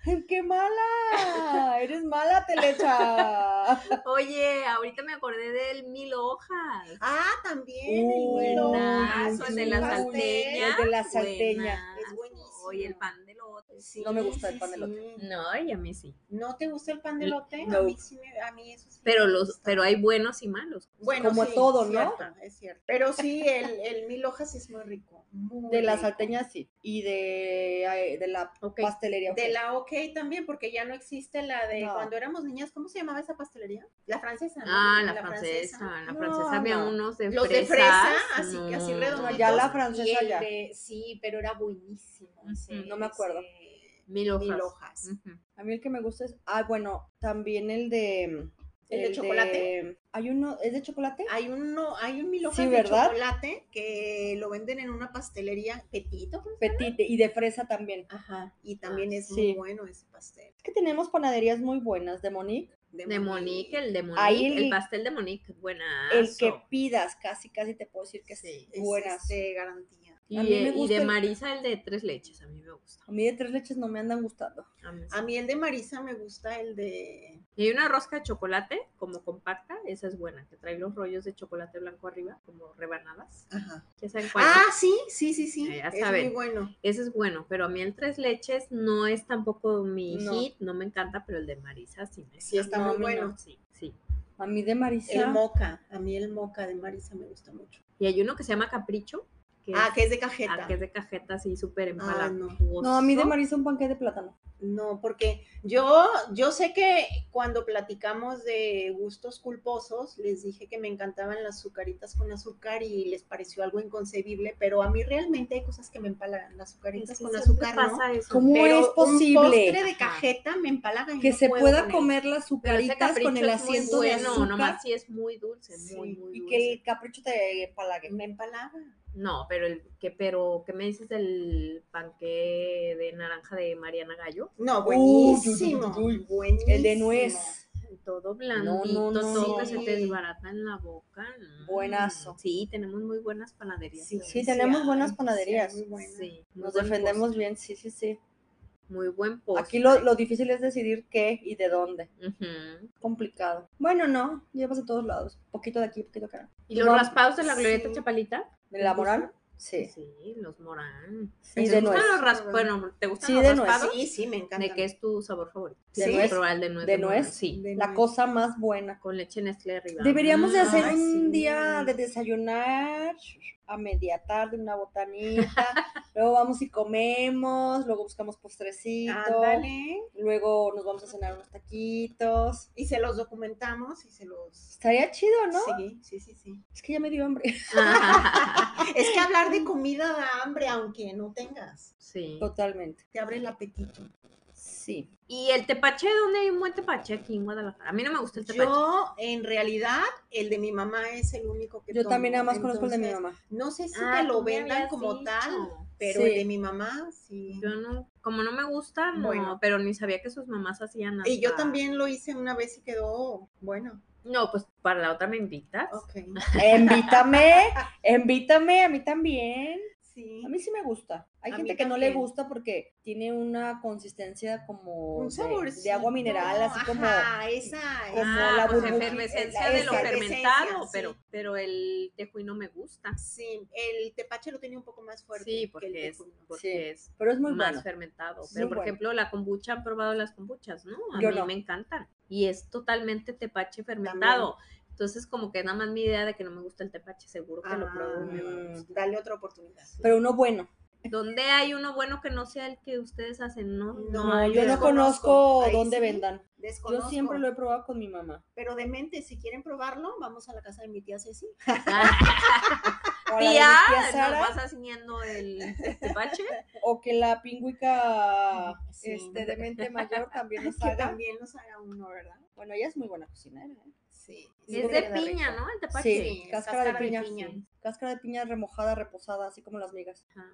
Speaker 3: Ay, ¡Qué mala! Eres mala, Telecha.
Speaker 2: Oye, ahorita me acordé del mil hojas.
Speaker 1: Ah, también
Speaker 3: Uh,
Speaker 1: el hilo.
Speaker 2: buenazo, el de la
Speaker 1: Es un pastel.
Speaker 2: salteña.
Speaker 3: El de la salteña.
Speaker 2: Buenazo.
Speaker 1: Es buenísimo.
Speaker 2: Oye, el pan de lote.
Speaker 1: Sí,
Speaker 3: No me gusta el
Speaker 1: sí,
Speaker 3: pan de
Speaker 1: sí.
Speaker 2: No, y a mí sí.
Speaker 1: ¿No te gusta el pan de lote?
Speaker 3: No.
Speaker 1: A mí sí me- a mí eso sí.
Speaker 2: Pero
Speaker 1: me
Speaker 2: los,
Speaker 1: gusta.
Speaker 2: pero hay buenos y malos.
Speaker 1: Bueno,
Speaker 3: como
Speaker 1: sí,
Speaker 3: todo, ¿no?
Speaker 1: cierto, es cierto. Pero sí, el, el mil hojas es muy rico. muy
Speaker 3: De la
Speaker 1: rico.
Speaker 3: salteña, sí. Y de, ay, de la
Speaker 2: Ok.
Speaker 3: pastelería.
Speaker 1: De
Speaker 3: ok.
Speaker 1: la OK también, porque ya no existe la de
Speaker 3: No.
Speaker 1: cuando éramos niñas, ¿cómo se llamaba esa pastelería? La francesa. ¿no?
Speaker 2: Ah, la, francesa, la
Speaker 3: No,
Speaker 2: francesa había
Speaker 3: no.
Speaker 2: unos de
Speaker 1: Los de
Speaker 2: fresas,
Speaker 1: fresa, así que así
Speaker 2: no.
Speaker 1: redonditos.
Speaker 3: No, ya la
Speaker 1: Y
Speaker 3: francesa
Speaker 1: el
Speaker 3: ya.
Speaker 1: de- sí, pero era buenísimo. ese-
Speaker 2: Ujú,
Speaker 3: no me acuerdo.
Speaker 1: ese
Speaker 2: Mil hojas.
Speaker 1: Mil hojas.
Speaker 2: Ujú.
Speaker 3: A mí el que me gusta es, ah, bueno, también el de... ¿El,
Speaker 1: de chocolate? Ah.
Speaker 3: Hay uno, ¿es de chocolate?
Speaker 1: Hay uno, hay un mil hojas
Speaker 3: Sí,
Speaker 1: de
Speaker 3: ¿verdad?
Speaker 1: chocolate que lo venden en una pastelería petito. pues.
Speaker 3: Petite y de fresa también.
Speaker 1: Ajá. Y también es
Speaker 3: Ah, sí.
Speaker 1: muy bueno ese pastel.
Speaker 3: Es que tenemos panaderías muy buenas de Monique.
Speaker 2: De Monique, el de Monique,
Speaker 3: Ahí
Speaker 2: el,
Speaker 3: el-
Speaker 2: pastel de Monique, buena.
Speaker 3: El que pidas, casi, casi te puedo decir que
Speaker 2: Sí,
Speaker 3: sí.
Speaker 1: Es
Speaker 3: buenas.
Speaker 1: este, garantía.
Speaker 2: Y,
Speaker 3: a mí
Speaker 2: eh,
Speaker 3: me
Speaker 2: y
Speaker 3: gusta
Speaker 2: de
Speaker 3: el-
Speaker 2: Marisa, el de tres leches, a mí me gusta.
Speaker 3: A mí de tres leches no me andan gustando.
Speaker 2: A mí sí.
Speaker 1: A mí el de Marisa me gusta el de
Speaker 2: Y hay una rosca de chocolate, como compacta, esa es buena, que trae los rollos de chocolate blanco arriba, como rebanadas.
Speaker 1: Ajá.
Speaker 2: Ya saben cuál.
Speaker 1: Ah, sí, sí, sí, sí.
Speaker 2: Ya
Speaker 1: es
Speaker 2: saben.
Speaker 1: muy bueno.
Speaker 2: Ese es bueno, pero a mí el tres leches no es tampoco mi
Speaker 3: No.
Speaker 2: hit, no me encanta, pero el de Marisa sí me
Speaker 1: Sí, está
Speaker 2: encanta.
Speaker 1: muy
Speaker 2: A mí no,
Speaker 1: bueno.
Speaker 2: sí, sí.
Speaker 3: A mí de Marisa.
Speaker 1: El moca, a mí el moca de Marisa me gusta mucho.
Speaker 2: Y hay uno que se llama Capricho, que,
Speaker 1: Ah,
Speaker 2: es,
Speaker 1: que es de cajeta.
Speaker 2: ah, que es de cajeta así súper
Speaker 1: Ah, no.
Speaker 2: empalagoso.
Speaker 3: no, a mí de Marisa un panque de plátano.
Speaker 1: No, porque yo, yo sé que cuando platicamos de gustos culposos, les dije que me encantaban las azucaritas con azúcar y les pareció algo inconcebible, pero a mí realmente hay cosas que me empalagan, las
Speaker 2: Es
Speaker 1: azucaritas
Speaker 2: que
Speaker 1: con
Speaker 2: siempre
Speaker 1: azúcar, ¿no?
Speaker 2: pasa eso.
Speaker 3: ¿Cómo
Speaker 1: Pero
Speaker 3: es
Speaker 1: un
Speaker 3: posible
Speaker 1: postre de
Speaker 2: Ajá.
Speaker 1: cajeta me empalaga y
Speaker 3: que
Speaker 1: no
Speaker 3: se
Speaker 1: puedo
Speaker 3: pueda
Speaker 1: con él.
Speaker 3: comer las
Speaker 2: Pero ese
Speaker 3: azucaritas con
Speaker 2: capricho es
Speaker 3: el
Speaker 2: muy
Speaker 3: asiento de
Speaker 2: bueno,
Speaker 3: azúcar
Speaker 2: nomás sí es muy dulce, muy,
Speaker 1: Sí,
Speaker 2: muy
Speaker 3: y
Speaker 2: dulce.
Speaker 3: que el capricho te empalague?
Speaker 1: Me empalaga.
Speaker 2: No, pero el que, pero, ¿qué me dices del panque de naranja de Mariana Gallo?
Speaker 1: No,
Speaker 3: Uy, uy, uy,
Speaker 1: buenísimo.
Speaker 3: uy.
Speaker 1: buenísimo.
Speaker 3: El de nuez.
Speaker 2: Todo blandito,
Speaker 3: no, no,
Speaker 2: todo que
Speaker 1: sí.
Speaker 2: se te desbarata en la boca. mm.
Speaker 3: Buenazo.
Speaker 2: Sí, tenemos muy buenas panaderías.
Speaker 1: Sí,
Speaker 3: Sí, tenemos buenas panaderías.
Speaker 1: muy buena.
Speaker 2: Sí, muy
Speaker 3: Nos
Speaker 2: buen
Speaker 3: defendemos
Speaker 2: postre,
Speaker 3: bien, sí, sí, sí.
Speaker 2: Muy buen postre.
Speaker 3: Aquí lo, lo difícil es decidir qué y de dónde.
Speaker 2: Ujú.
Speaker 3: Complicado. Bueno, no, llevas a todos lados. Poquito de aquí, poquito de acá.
Speaker 2: ¿Y los
Speaker 3: No,
Speaker 2: raspados de la glorieta
Speaker 1: sí.
Speaker 2: chapalita?
Speaker 3: ¿De la
Speaker 2: ¿Te gusta?
Speaker 3: moral? Sí.
Speaker 2: Sí, los morán.
Speaker 3: Sí,
Speaker 2: ¿Te
Speaker 3: de
Speaker 2: gustan
Speaker 3: nuez.
Speaker 2: los raspados? Bueno, ¿te gustan
Speaker 3: Sí,
Speaker 2: los
Speaker 3: de nuez.
Speaker 2: raspados?
Speaker 1: Sí, sí, me encanta.
Speaker 2: ¿De qué es tu sabor favorito?
Speaker 3: ¿De
Speaker 2: Ah, Sí,
Speaker 3: nuez?
Speaker 2: probar el de nuez.
Speaker 3: ¿De
Speaker 2: morán,
Speaker 3: nuez?
Speaker 2: Sí,
Speaker 3: La cosa más buena.
Speaker 2: con leche Nestlé arriba.
Speaker 3: Deberíamos de
Speaker 2: Mm.
Speaker 3: hacer
Speaker 1: Ay,
Speaker 3: un
Speaker 1: sí.
Speaker 3: día de desayunar a media tarde, una botanita, luego vamos y comemos, luego buscamos postrecito,
Speaker 1: Ándale.
Speaker 3: luego nos vamos a cenar unos taquitos.
Speaker 1: Y se los documentamos y se los.
Speaker 3: Estaría chido, ¿no?
Speaker 1: Sí, sí, sí, sí.
Speaker 3: Es que ya me dio hambre.
Speaker 1: Es que hablar de comida da hambre, aunque no tengas.
Speaker 2: sí.
Speaker 3: Totalmente.
Speaker 1: Te abre el apetito.
Speaker 3: Sí.
Speaker 2: ¿Y el tepache? ¿Dónde hay un buen tepache aquí en Guadalajara? A mí no me gusta el tepache.
Speaker 1: Yo, en realidad, el de mi mamá es el único que
Speaker 3: Yo también nada
Speaker 1: tomo,
Speaker 3: más conozco el de mi
Speaker 1: entonces,
Speaker 3: mamá.
Speaker 1: No sé si
Speaker 2: Ah,
Speaker 1: te
Speaker 2: tú
Speaker 1: lo
Speaker 2: me
Speaker 1: vendan
Speaker 2: habías
Speaker 1: como
Speaker 2: dicho.
Speaker 1: tal, pero
Speaker 3: Sí.
Speaker 1: el de mi mamá sí.
Speaker 2: Yo no, como no me gusta, no,
Speaker 1: Bueno.
Speaker 2: pero ni sabía que sus mamás hacían nada.
Speaker 1: Y yo también lo hice una vez y quedó bueno.
Speaker 2: No, pues para la otra me invitas.
Speaker 1: Ok.
Speaker 3: Invítame, invítame, a mí también.
Speaker 1: Sí.
Speaker 3: A mí sí me gusta. Hay
Speaker 1: A
Speaker 3: gente
Speaker 1: mí
Speaker 3: que no le
Speaker 1: también.
Speaker 3: gusta porque tiene una consistencia como
Speaker 1: Un
Speaker 3: de-
Speaker 1: sabor
Speaker 3: de, agua mineral, así como
Speaker 1: Ajá, esa,
Speaker 3: como
Speaker 1: esa.
Speaker 2: Ah,
Speaker 3: la
Speaker 2: pues
Speaker 3: burbuja-
Speaker 2: efervescencia
Speaker 3: la
Speaker 2: de lo
Speaker 3: efervescencia,
Speaker 2: fermentado,
Speaker 1: sí.
Speaker 2: pero, pero el tejuino no me gusta.
Speaker 1: Sí, el tepache lo tenía un poco más fuerte.
Speaker 2: Sí,
Speaker 1: que el
Speaker 2: porque
Speaker 1: de
Speaker 2: es,
Speaker 1: Cuno.
Speaker 2: porque
Speaker 3: Sí.
Speaker 2: es
Speaker 3: pero es muy
Speaker 2: más
Speaker 3: bueno.
Speaker 2: fermentado.
Speaker 3: Es
Speaker 2: Pero,
Speaker 3: muy
Speaker 2: por
Speaker 3: bueno.
Speaker 2: ejemplo, la kombucha, han probado las kombuchas, ¿no? A
Speaker 3: Yo
Speaker 2: mí
Speaker 3: no.
Speaker 2: me encantan. Y es totalmente tepache fermentado. Entonces, como que nada más mi idea de que no me gusta el tepache, seguro que lo
Speaker 1: Ah,
Speaker 2: pruebo. y me va a
Speaker 3: Mm.
Speaker 2: gustar.
Speaker 1: Dale otra oportunidad.
Speaker 3: Pero uno bueno.
Speaker 2: ¿Dónde hay uno bueno que no sea el que ustedes hacen? No,
Speaker 1: No,
Speaker 3: No,
Speaker 1: yo
Speaker 3: yo no
Speaker 1: desconozco.
Speaker 3: conozco
Speaker 1: Ahí
Speaker 3: dónde
Speaker 1: sí.
Speaker 3: vendan. Yo
Speaker 1: Desconozco.
Speaker 3: siempre lo he probado con mi mamá.
Speaker 1: Pero de mente, si quieren probarlo, vamos a la casa de mi tía Ceci.
Speaker 2: "Ah,
Speaker 3: O la de mi
Speaker 2: Tía,
Speaker 3: tía Sara,
Speaker 2: nos ah, vas haciendo el este bache.
Speaker 3: o que la pingüica
Speaker 1: Ah, Sí.
Speaker 3: este, de mente mayor también nos
Speaker 1: Que
Speaker 3: haga.
Speaker 1: también nos haga uno, ¿verdad?
Speaker 3: Bueno, ella es muy buena cocinera. ¿eh?
Speaker 1: Sí.
Speaker 3: Sí,
Speaker 2: es de
Speaker 3: queda
Speaker 2: piña, ¿no? El tepache.
Speaker 3: Sí,
Speaker 1: Pues Sí,
Speaker 3: cáscara, de
Speaker 1: cáscara de
Speaker 3: piña.
Speaker 1: piña.
Speaker 3: sí. Cáscara de piña remojada, reposada, así como las migas.
Speaker 2: Ajá.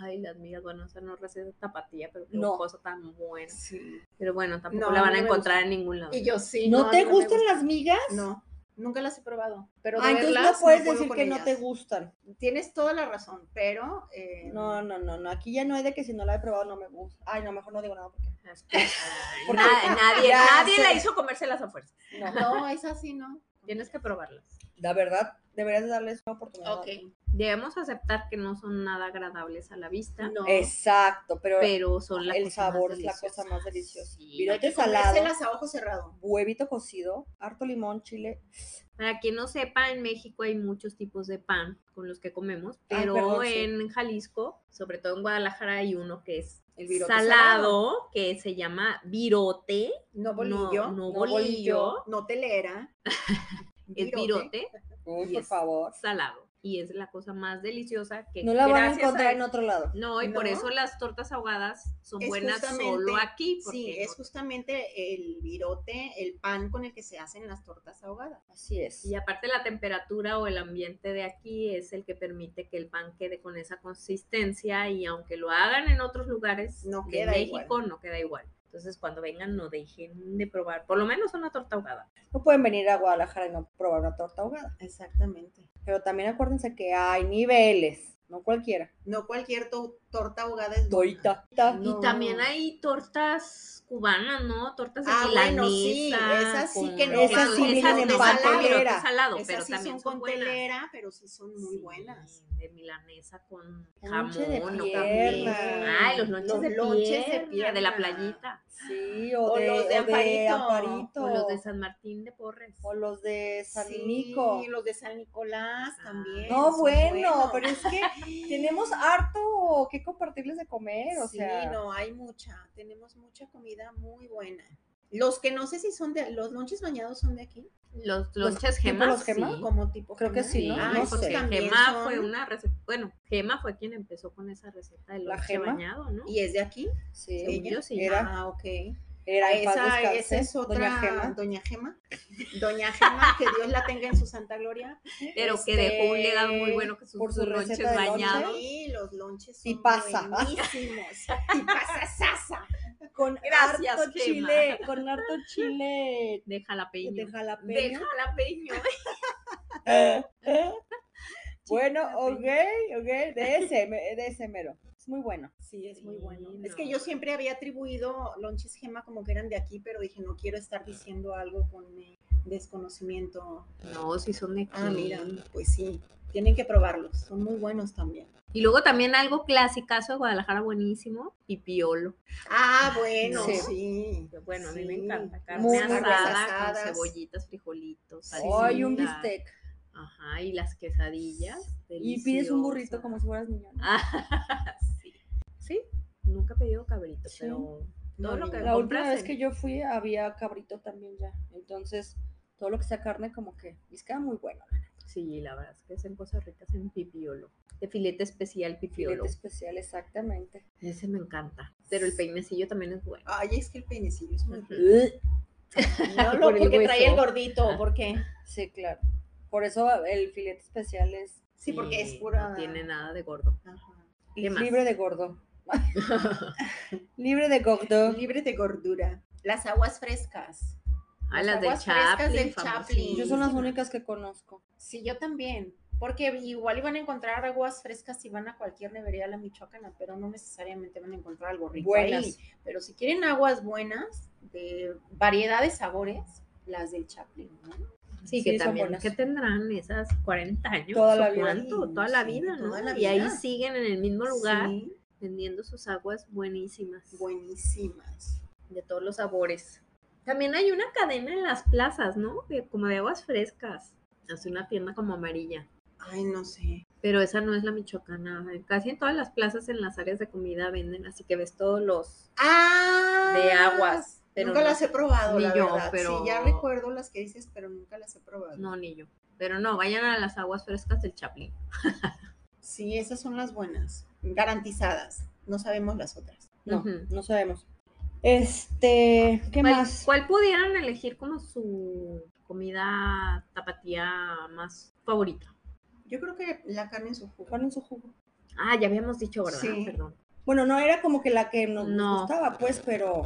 Speaker 2: Ay, las migas, bueno, esa no receta tapatía, pero qué
Speaker 3: No.
Speaker 2: cosa tan buena.
Speaker 1: Sí.
Speaker 2: Pero bueno, tampoco
Speaker 1: No,
Speaker 2: la van
Speaker 1: no
Speaker 2: a
Speaker 1: me
Speaker 2: encontrar en ningún lado.
Speaker 1: Y yo sí.
Speaker 3: ¿No, te
Speaker 1: me
Speaker 3: gustan
Speaker 1: gusta.
Speaker 3: las migas?
Speaker 1: No, nunca las he probado. Pero de
Speaker 3: Ah, entonces
Speaker 1: verlas,
Speaker 3: no puedes
Speaker 1: puedo
Speaker 3: decir
Speaker 1: con
Speaker 3: que no te
Speaker 1: ellas.
Speaker 3: gustan.
Speaker 1: Tienes toda la razón, pero. eh,
Speaker 3: No, no, no, no. Aquí ya no hay de que si no la he probado no me gusta. Ay, no, mejor no digo nada porque.
Speaker 2: Las- ay,
Speaker 3: Porque-
Speaker 2: na- nadie
Speaker 3: Ya
Speaker 2: nadie
Speaker 3: sé.
Speaker 2: la hizo comérselas a fuerza.
Speaker 3: No.
Speaker 1: No, es así, ¿no?
Speaker 2: Tienes que probarlas.
Speaker 3: La verdad, deberías de darles una oportunidad.
Speaker 1: Ok.
Speaker 2: Debemos aceptar que no son nada agradables a la vista,
Speaker 1: No.
Speaker 3: Exacto, pero
Speaker 2: pero son la
Speaker 3: el
Speaker 2: cosa más
Speaker 3: sabor es la cosa
Speaker 2: deliciosa.
Speaker 3: más deliciosa.
Speaker 2: Sí.
Speaker 3: Virote salado,
Speaker 1: Comérselas a ojo cerrado.
Speaker 3: huevito cocido, harto limón, chile.
Speaker 2: Para quien no sepa, en México hay muchos tipos de pan con los que comemos,
Speaker 3: Ay,
Speaker 2: pero
Speaker 3: Ah, perdón, sí.
Speaker 2: en Jalisco, sobre todo en Guadalajara, hay uno que es
Speaker 3: El virote
Speaker 2: salado,
Speaker 3: salado.
Speaker 2: que se llama virote,
Speaker 1: No
Speaker 2: no-
Speaker 1: bolillo.
Speaker 2: no,
Speaker 1: No,
Speaker 2: bolillo,
Speaker 1: telera.
Speaker 2: es virote
Speaker 3: Uy,
Speaker 2: Y
Speaker 3: por
Speaker 2: es-
Speaker 3: favor.
Speaker 2: salado y es la cosa más deliciosa que
Speaker 3: No la van a
Speaker 2: gracias
Speaker 3: encontrar en otro lado.
Speaker 2: No, y por
Speaker 1: No.
Speaker 2: eso las tortas ahogadas son
Speaker 1: Es
Speaker 2: buenas solo
Speaker 1: justamente-
Speaker 2: aquí, porque
Speaker 1: Sí, es justamente el virote, el pan con el que se hacen las tortas ahogadas.
Speaker 3: Así es.
Speaker 2: Y aparte la temperatura o el ambiente de aquí es el que permite que el pan quede con esa consistencia y aunque lo hagan en otros lugares
Speaker 1: No
Speaker 2: de
Speaker 1: queda
Speaker 2: México
Speaker 1: igual.
Speaker 2: no queda igual. Entonces cuando vengan no dejen de probar, por lo menos una torta ahogada.
Speaker 3: No pueden venir a Guadalajara y no probar una torta ahogada.
Speaker 1: Exactamente.
Speaker 3: Pero también acuérdense que hay niveles, no cualquiera.
Speaker 1: No cualquier to- torta ahogada es buena.
Speaker 3: Torta.
Speaker 1: No.
Speaker 2: Y también hay tortas cubanas, ¿no? Tortas de
Speaker 1: Ah, bueno, sí,
Speaker 2: milanesa
Speaker 1: esas sí
Speaker 2: con-
Speaker 1: que no
Speaker 3: Esas
Speaker 2: con-
Speaker 3: sí vienen
Speaker 2: esas
Speaker 3: en
Speaker 2: no
Speaker 3: pan
Speaker 2: son
Speaker 3: con
Speaker 2: virote
Speaker 3: telera.
Speaker 2: salado,
Speaker 1: Esas
Speaker 2: pero
Speaker 1: sí
Speaker 2: también
Speaker 1: son con
Speaker 2: buenas.
Speaker 1: telera, pero sí son muy
Speaker 2: Sí,
Speaker 1: buenas.
Speaker 2: De milanesa con jamón,
Speaker 3: Lonche de
Speaker 2: o
Speaker 3: pierna.
Speaker 2: café. Ay, los lonches,
Speaker 1: Los
Speaker 2: de,
Speaker 1: lonches de
Speaker 2: pierna, de la
Speaker 1: pierna.
Speaker 2: playita.
Speaker 3: Sí, o,
Speaker 1: O
Speaker 3: de,
Speaker 1: los de
Speaker 3: o de
Speaker 1: Amparito,
Speaker 3: Amparito,
Speaker 2: O los de San Martín de Porres.
Speaker 3: San
Speaker 1: Sí,
Speaker 3: Nico.
Speaker 1: los de San Nicolás
Speaker 2: Ah.
Speaker 1: también.
Speaker 3: No,
Speaker 1: son
Speaker 3: bueno,
Speaker 1: buenos.
Speaker 3: pero es que tenemos harto que compartirles de comer, o
Speaker 1: sí,
Speaker 3: sea.
Speaker 1: no, hay mucha. Tenemos mucha comida muy buena. Los que no sé si son de los lonches bañados son de aquí,
Speaker 2: Los
Speaker 3: Los
Speaker 2: lonches
Speaker 3: tipo
Speaker 2: gemas.
Speaker 3: los gemas,
Speaker 2: sí.
Speaker 1: como tipo.
Speaker 3: Creo que
Speaker 1: gema.
Speaker 3: sí, ¿no?
Speaker 1: Ah,
Speaker 2: Ay,
Speaker 3: No
Speaker 1: esos
Speaker 2: porque
Speaker 3: sé.
Speaker 1: también
Speaker 2: Gema
Speaker 1: son-
Speaker 2: fue una receta. Bueno, Gema fue quien empezó con esa receta del
Speaker 3: ¿La
Speaker 2: lonche
Speaker 3: Gema?
Speaker 2: bañado, ¿no?
Speaker 1: y es de aquí.
Speaker 3: Sí,
Speaker 2: Según yo, sí.
Speaker 3: era,
Speaker 1: Ah, ok.
Speaker 3: era en paz
Speaker 1: Esa,
Speaker 3: descanse,
Speaker 1: esa es otra
Speaker 3: doña Gema.
Speaker 1: Doña Gema. Doña Gema, que Dios la tenga en su santa gloria.
Speaker 2: Pero que dejó un legado muy
Speaker 3: Este,
Speaker 2: bueno que sus,
Speaker 3: por su
Speaker 2: sus lonches
Speaker 3: receta de lonche.
Speaker 2: bañados.
Speaker 1: Sí, los lonches son
Speaker 3: Y pasa.
Speaker 1: buenísimos. Y pasa sasa.
Speaker 3: Con
Speaker 2: Gracias,
Speaker 3: harto
Speaker 2: Gema.
Speaker 3: chile, con harto chile
Speaker 2: De jalapeño.
Speaker 3: de
Speaker 2: De
Speaker 3: jalapeño.
Speaker 2: jalapeño.
Speaker 3: Eh, Bueno,
Speaker 2: jalapeño.
Speaker 3: ok, ok, de ese, me- de ese mero. Es muy bueno.
Speaker 1: Sí, es muy
Speaker 2: Sí,
Speaker 1: bueno. Es
Speaker 2: no.
Speaker 1: que yo siempre había atribuido lonches Gema como que eran de aquí, pero dije, no quiero estar diciendo algo con eh, desconocimiento.
Speaker 2: No, si son de
Speaker 1: Ah, mira,
Speaker 2: aquí.
Speaker 1: pues sí, tienen que probarlos. Son muy buenos también.
Speaker 2: Y luego también algo clasicazo de Guadalajara buenísimo, pipiolo.
Speaker 1: Ah, bueno,
Speaker 3: Sí.
Speaker 1: sí.
Speaker 2: Bueno, a mí me
Speaker 1: Sí.
Speaker 2: encanta. Carne
Speaker 3: Muy
Speaker 2: asada
Speaker 1: buenas.
Speaker 2: con cebollitas, frijolitos,
Speaker 1: Sí.
Speaker 3: Ay, un
Speaker 2: salsita.
Speaker 3: bistec.
Speaker 2: Ajá, y las quesadillas.
Speaker 3: Y pides un burrito
Speaker 2: deliciosas.
Speaker 3: como si fueras niño. ¿no?
Speaker 2: Ah, sí. Sí, nunca he pedido cabrito,
Speaker 3: Sí.
Speaker 2: pero todo lo que
Speaker 3: La última
Speaker 2: compraste.
Speaker 3: vez que yo fui había cabrito también ya. Entonces, todo lo que sea carne, como que, y es que era muy bueno.
Speaker 2: Sí, la verdad es que hacen cosas ricas en pipiolo. De filete especial pipiolo.
Speaker 3: Filete especial, exactamente.
Speaker 2: Ese me encanta. Pero el peinecillo también es bueno.
Speaker 1: Ay, es que el peinecillo es muy
Speaker 2: Ujú.
Speaker 1: rico.
Speaker 3: No
Speaker 1: No, no, porque trae el gordito, ¿por qué?
Speaker 3: Sí, claro. Por eso el filete especial es
Speaker 1: Sí, porque es pura.
Speaker 2: pura No tiene nada de gordo.
Speaker 1: Ajá.
Speaker 2: ¿Qué más?
Speaker 3: libre de gordo. libre de gordo.
Speaker 1: Libre de gordura. Las aguas frescas.
Speaker 2: Ah,
Speaker 1: Las
Speaker 2: las de
Speaker 1: aguas frescas
Speaker 2: Chaplin.
Speaker 1: del Chaplin.
Speaker 3: Yo son las
Speaker 2: famosísimas.
Speaker 3: únicas que conozco.
Speaker 1: Sí, yo también. Porque igual iban a encontrar aguas frescas si van a cualquier nevería a la michoacana, pero no necesariamente van a encontrar algo rico
Speaker 3: Buenas.
Speaker 1: ahí. Pero si quieren aguas buenas, de variedad de sabores, las del Chaplin, ¿no?
Speaker 2: Sí, que
Speaker 3: Sí, son
Speaker 2: también
Speaker 3: buenas.
Speaker 2: que tendrán esas 40 años.
Speaker 3: Toda
Speaker 2: o
Speaker 3: la vida.
Speaker 2: cuánto,
Speaker 1: Sí,
Speaker 2: toda la
Speaker 1: sí,
Speaker 2: vida, ¿no?
Speaker 1: toda la
Speaker 2: Y ahí
Speaker 1: vida.
Speaker 2: siguen en el mismo lugar
Speaker 1: Sí,
Speaker 2: vendiendo sus aguas buenísimas,
Speaker 1: buenísimas.
Speaker 2: de todos los sabores. También hay una cadena en las plazas, ¿no? De- como de aguas frescas. Hace una tienda como amarilla.
Speaker 1: Ay, no sé.
Speaker 2: pero esa no es la michoacana. Casi en todas las plazas, en las áreas de comida venden, así que ves todos los
Speaker 1: Ah.
Speaker 2: de aguas. Pero
Speaker 1: nunca
Speaker 2: no,
Speaker 1: las he probado,
Speaker 2: Ni
Speaker 1: la
Speaker 2: yo,
Speaker 1: verdad.
Speaker 2: pero-
Speaker 1: Sí, ya recuerdo las que dices, pero nunca las he probado.
Speaker 2: No, ni yo. Pero no, vayan a las aguas frescas del Chaplin.
Speaker 1: Sí, esas son las buenas, garantizadas. No sabemos las otras.
Speaker 3: No,
Speaker 2: Ujú.
Speaker 3: no sabemos. Este, ¿qué
Speaker 2: ¿Cuál,
Speaker 3: más?
Speaker 2: cuál pudieran elegir como su comida tapatía más favorita?
Speaker 1: Yo creo que la carne en su jugo.
Speaker 3: Ponen su jugo.
Speaker 2: Ah, ya habíamos dicho, ¿verdad?
Speaker 1: Sí.
Speaker 2: Perdón.
Speaker 3: Bueno, no era como que la que nos nos
Speaker 2: No.
Speaker 3: gustaba, pues, pero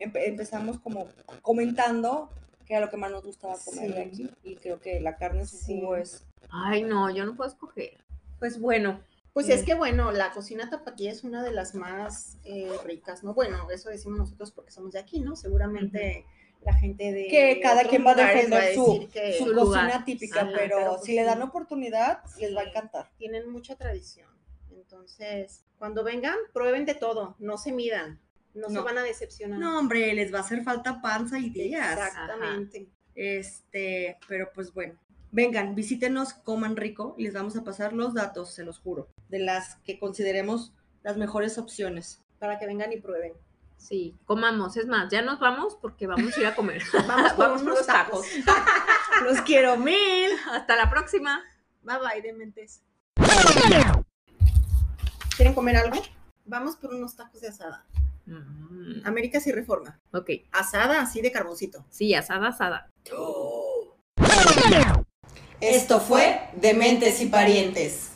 Speaker 3: empe- empezamos como comentando que era lo que más nos gustaba comer de
Speaker 1: Sí.
Speaker 3: aquí. Y creo que la carne en su
Speaker 1: Sí.
Speaker 3: jugo es.
Speaker 2: Ay, no, yo no puedo escoger. Pues bueno,
Speaker 1: Pues
Speaker 2: Sí.
Speaker 1: es que bueno, la cocina tapatía es una de las más eh, ricas, ¿no? Bueno, eso decimos nosotros porque somos de aquí, ¿no? Seguramente la gente de
Speaker 3: Que cada
Speaker 1: otros
Speaker 3: quien va a
Speaker 1: lugares
Speaker 3: defender
Speaker 1: decir
Speaker 3: su-
Speaker 1: que
Speaker 3: su
Speaker 2: su
Speaker 3: cocina
Speaker 2: lugar.
Speaker 3: típica,
Speaker 1: Ajá,
Speaker 3: pero,
Speaker 1: pero pues
Speaker 3: si le
Speaker 1: sí.
Speaker 3: dan oportunidad, les va a
Speaker 1: Sí.
Speaker 3: encantar.
Speaker 1: tienen mucha tradición. Entonces, cuando vengan, prueben de todo, no se midan, no, se
Speaker 3: No.
Speaker 1: van a decepcionar.
Speaker 3: hombre, les va a hacer falta panza y
Speaker 1: Exactamente.
Speaker 3: Este, pero pues bueno. Vengan, visítenos, coman rico y les vamos a pasar los datos, se los juro, de las que consideremos las mejores opciones.
Speaker 1: Para que vengan y prueben.
Speaker 2: sí, comamos. Es más, ya nos vamos porque vamos a ir a comer.
Speaker 1: Vamos por
Speaker 2: Vamos por
Speaker 1: unos
Speaker 2: los tacos.
Speaker 1: tacos.
Speaker 3: Los quiero mil.
Speaker 2: Hasta la próxima.
Speaker 1: Bye bye, dementes. ¿Quieren comer algo? Vamos por unos tacos de asada.
Speaker 2: Mm,
Speaker 1: América sí reforma.
Speaker 2: ok,
Speaker 1: Asada así de carboncito.
Speaker 2: sí, asada, asada.
Speaker 3: ¡Oh! Esto fue Dementes y Parientes.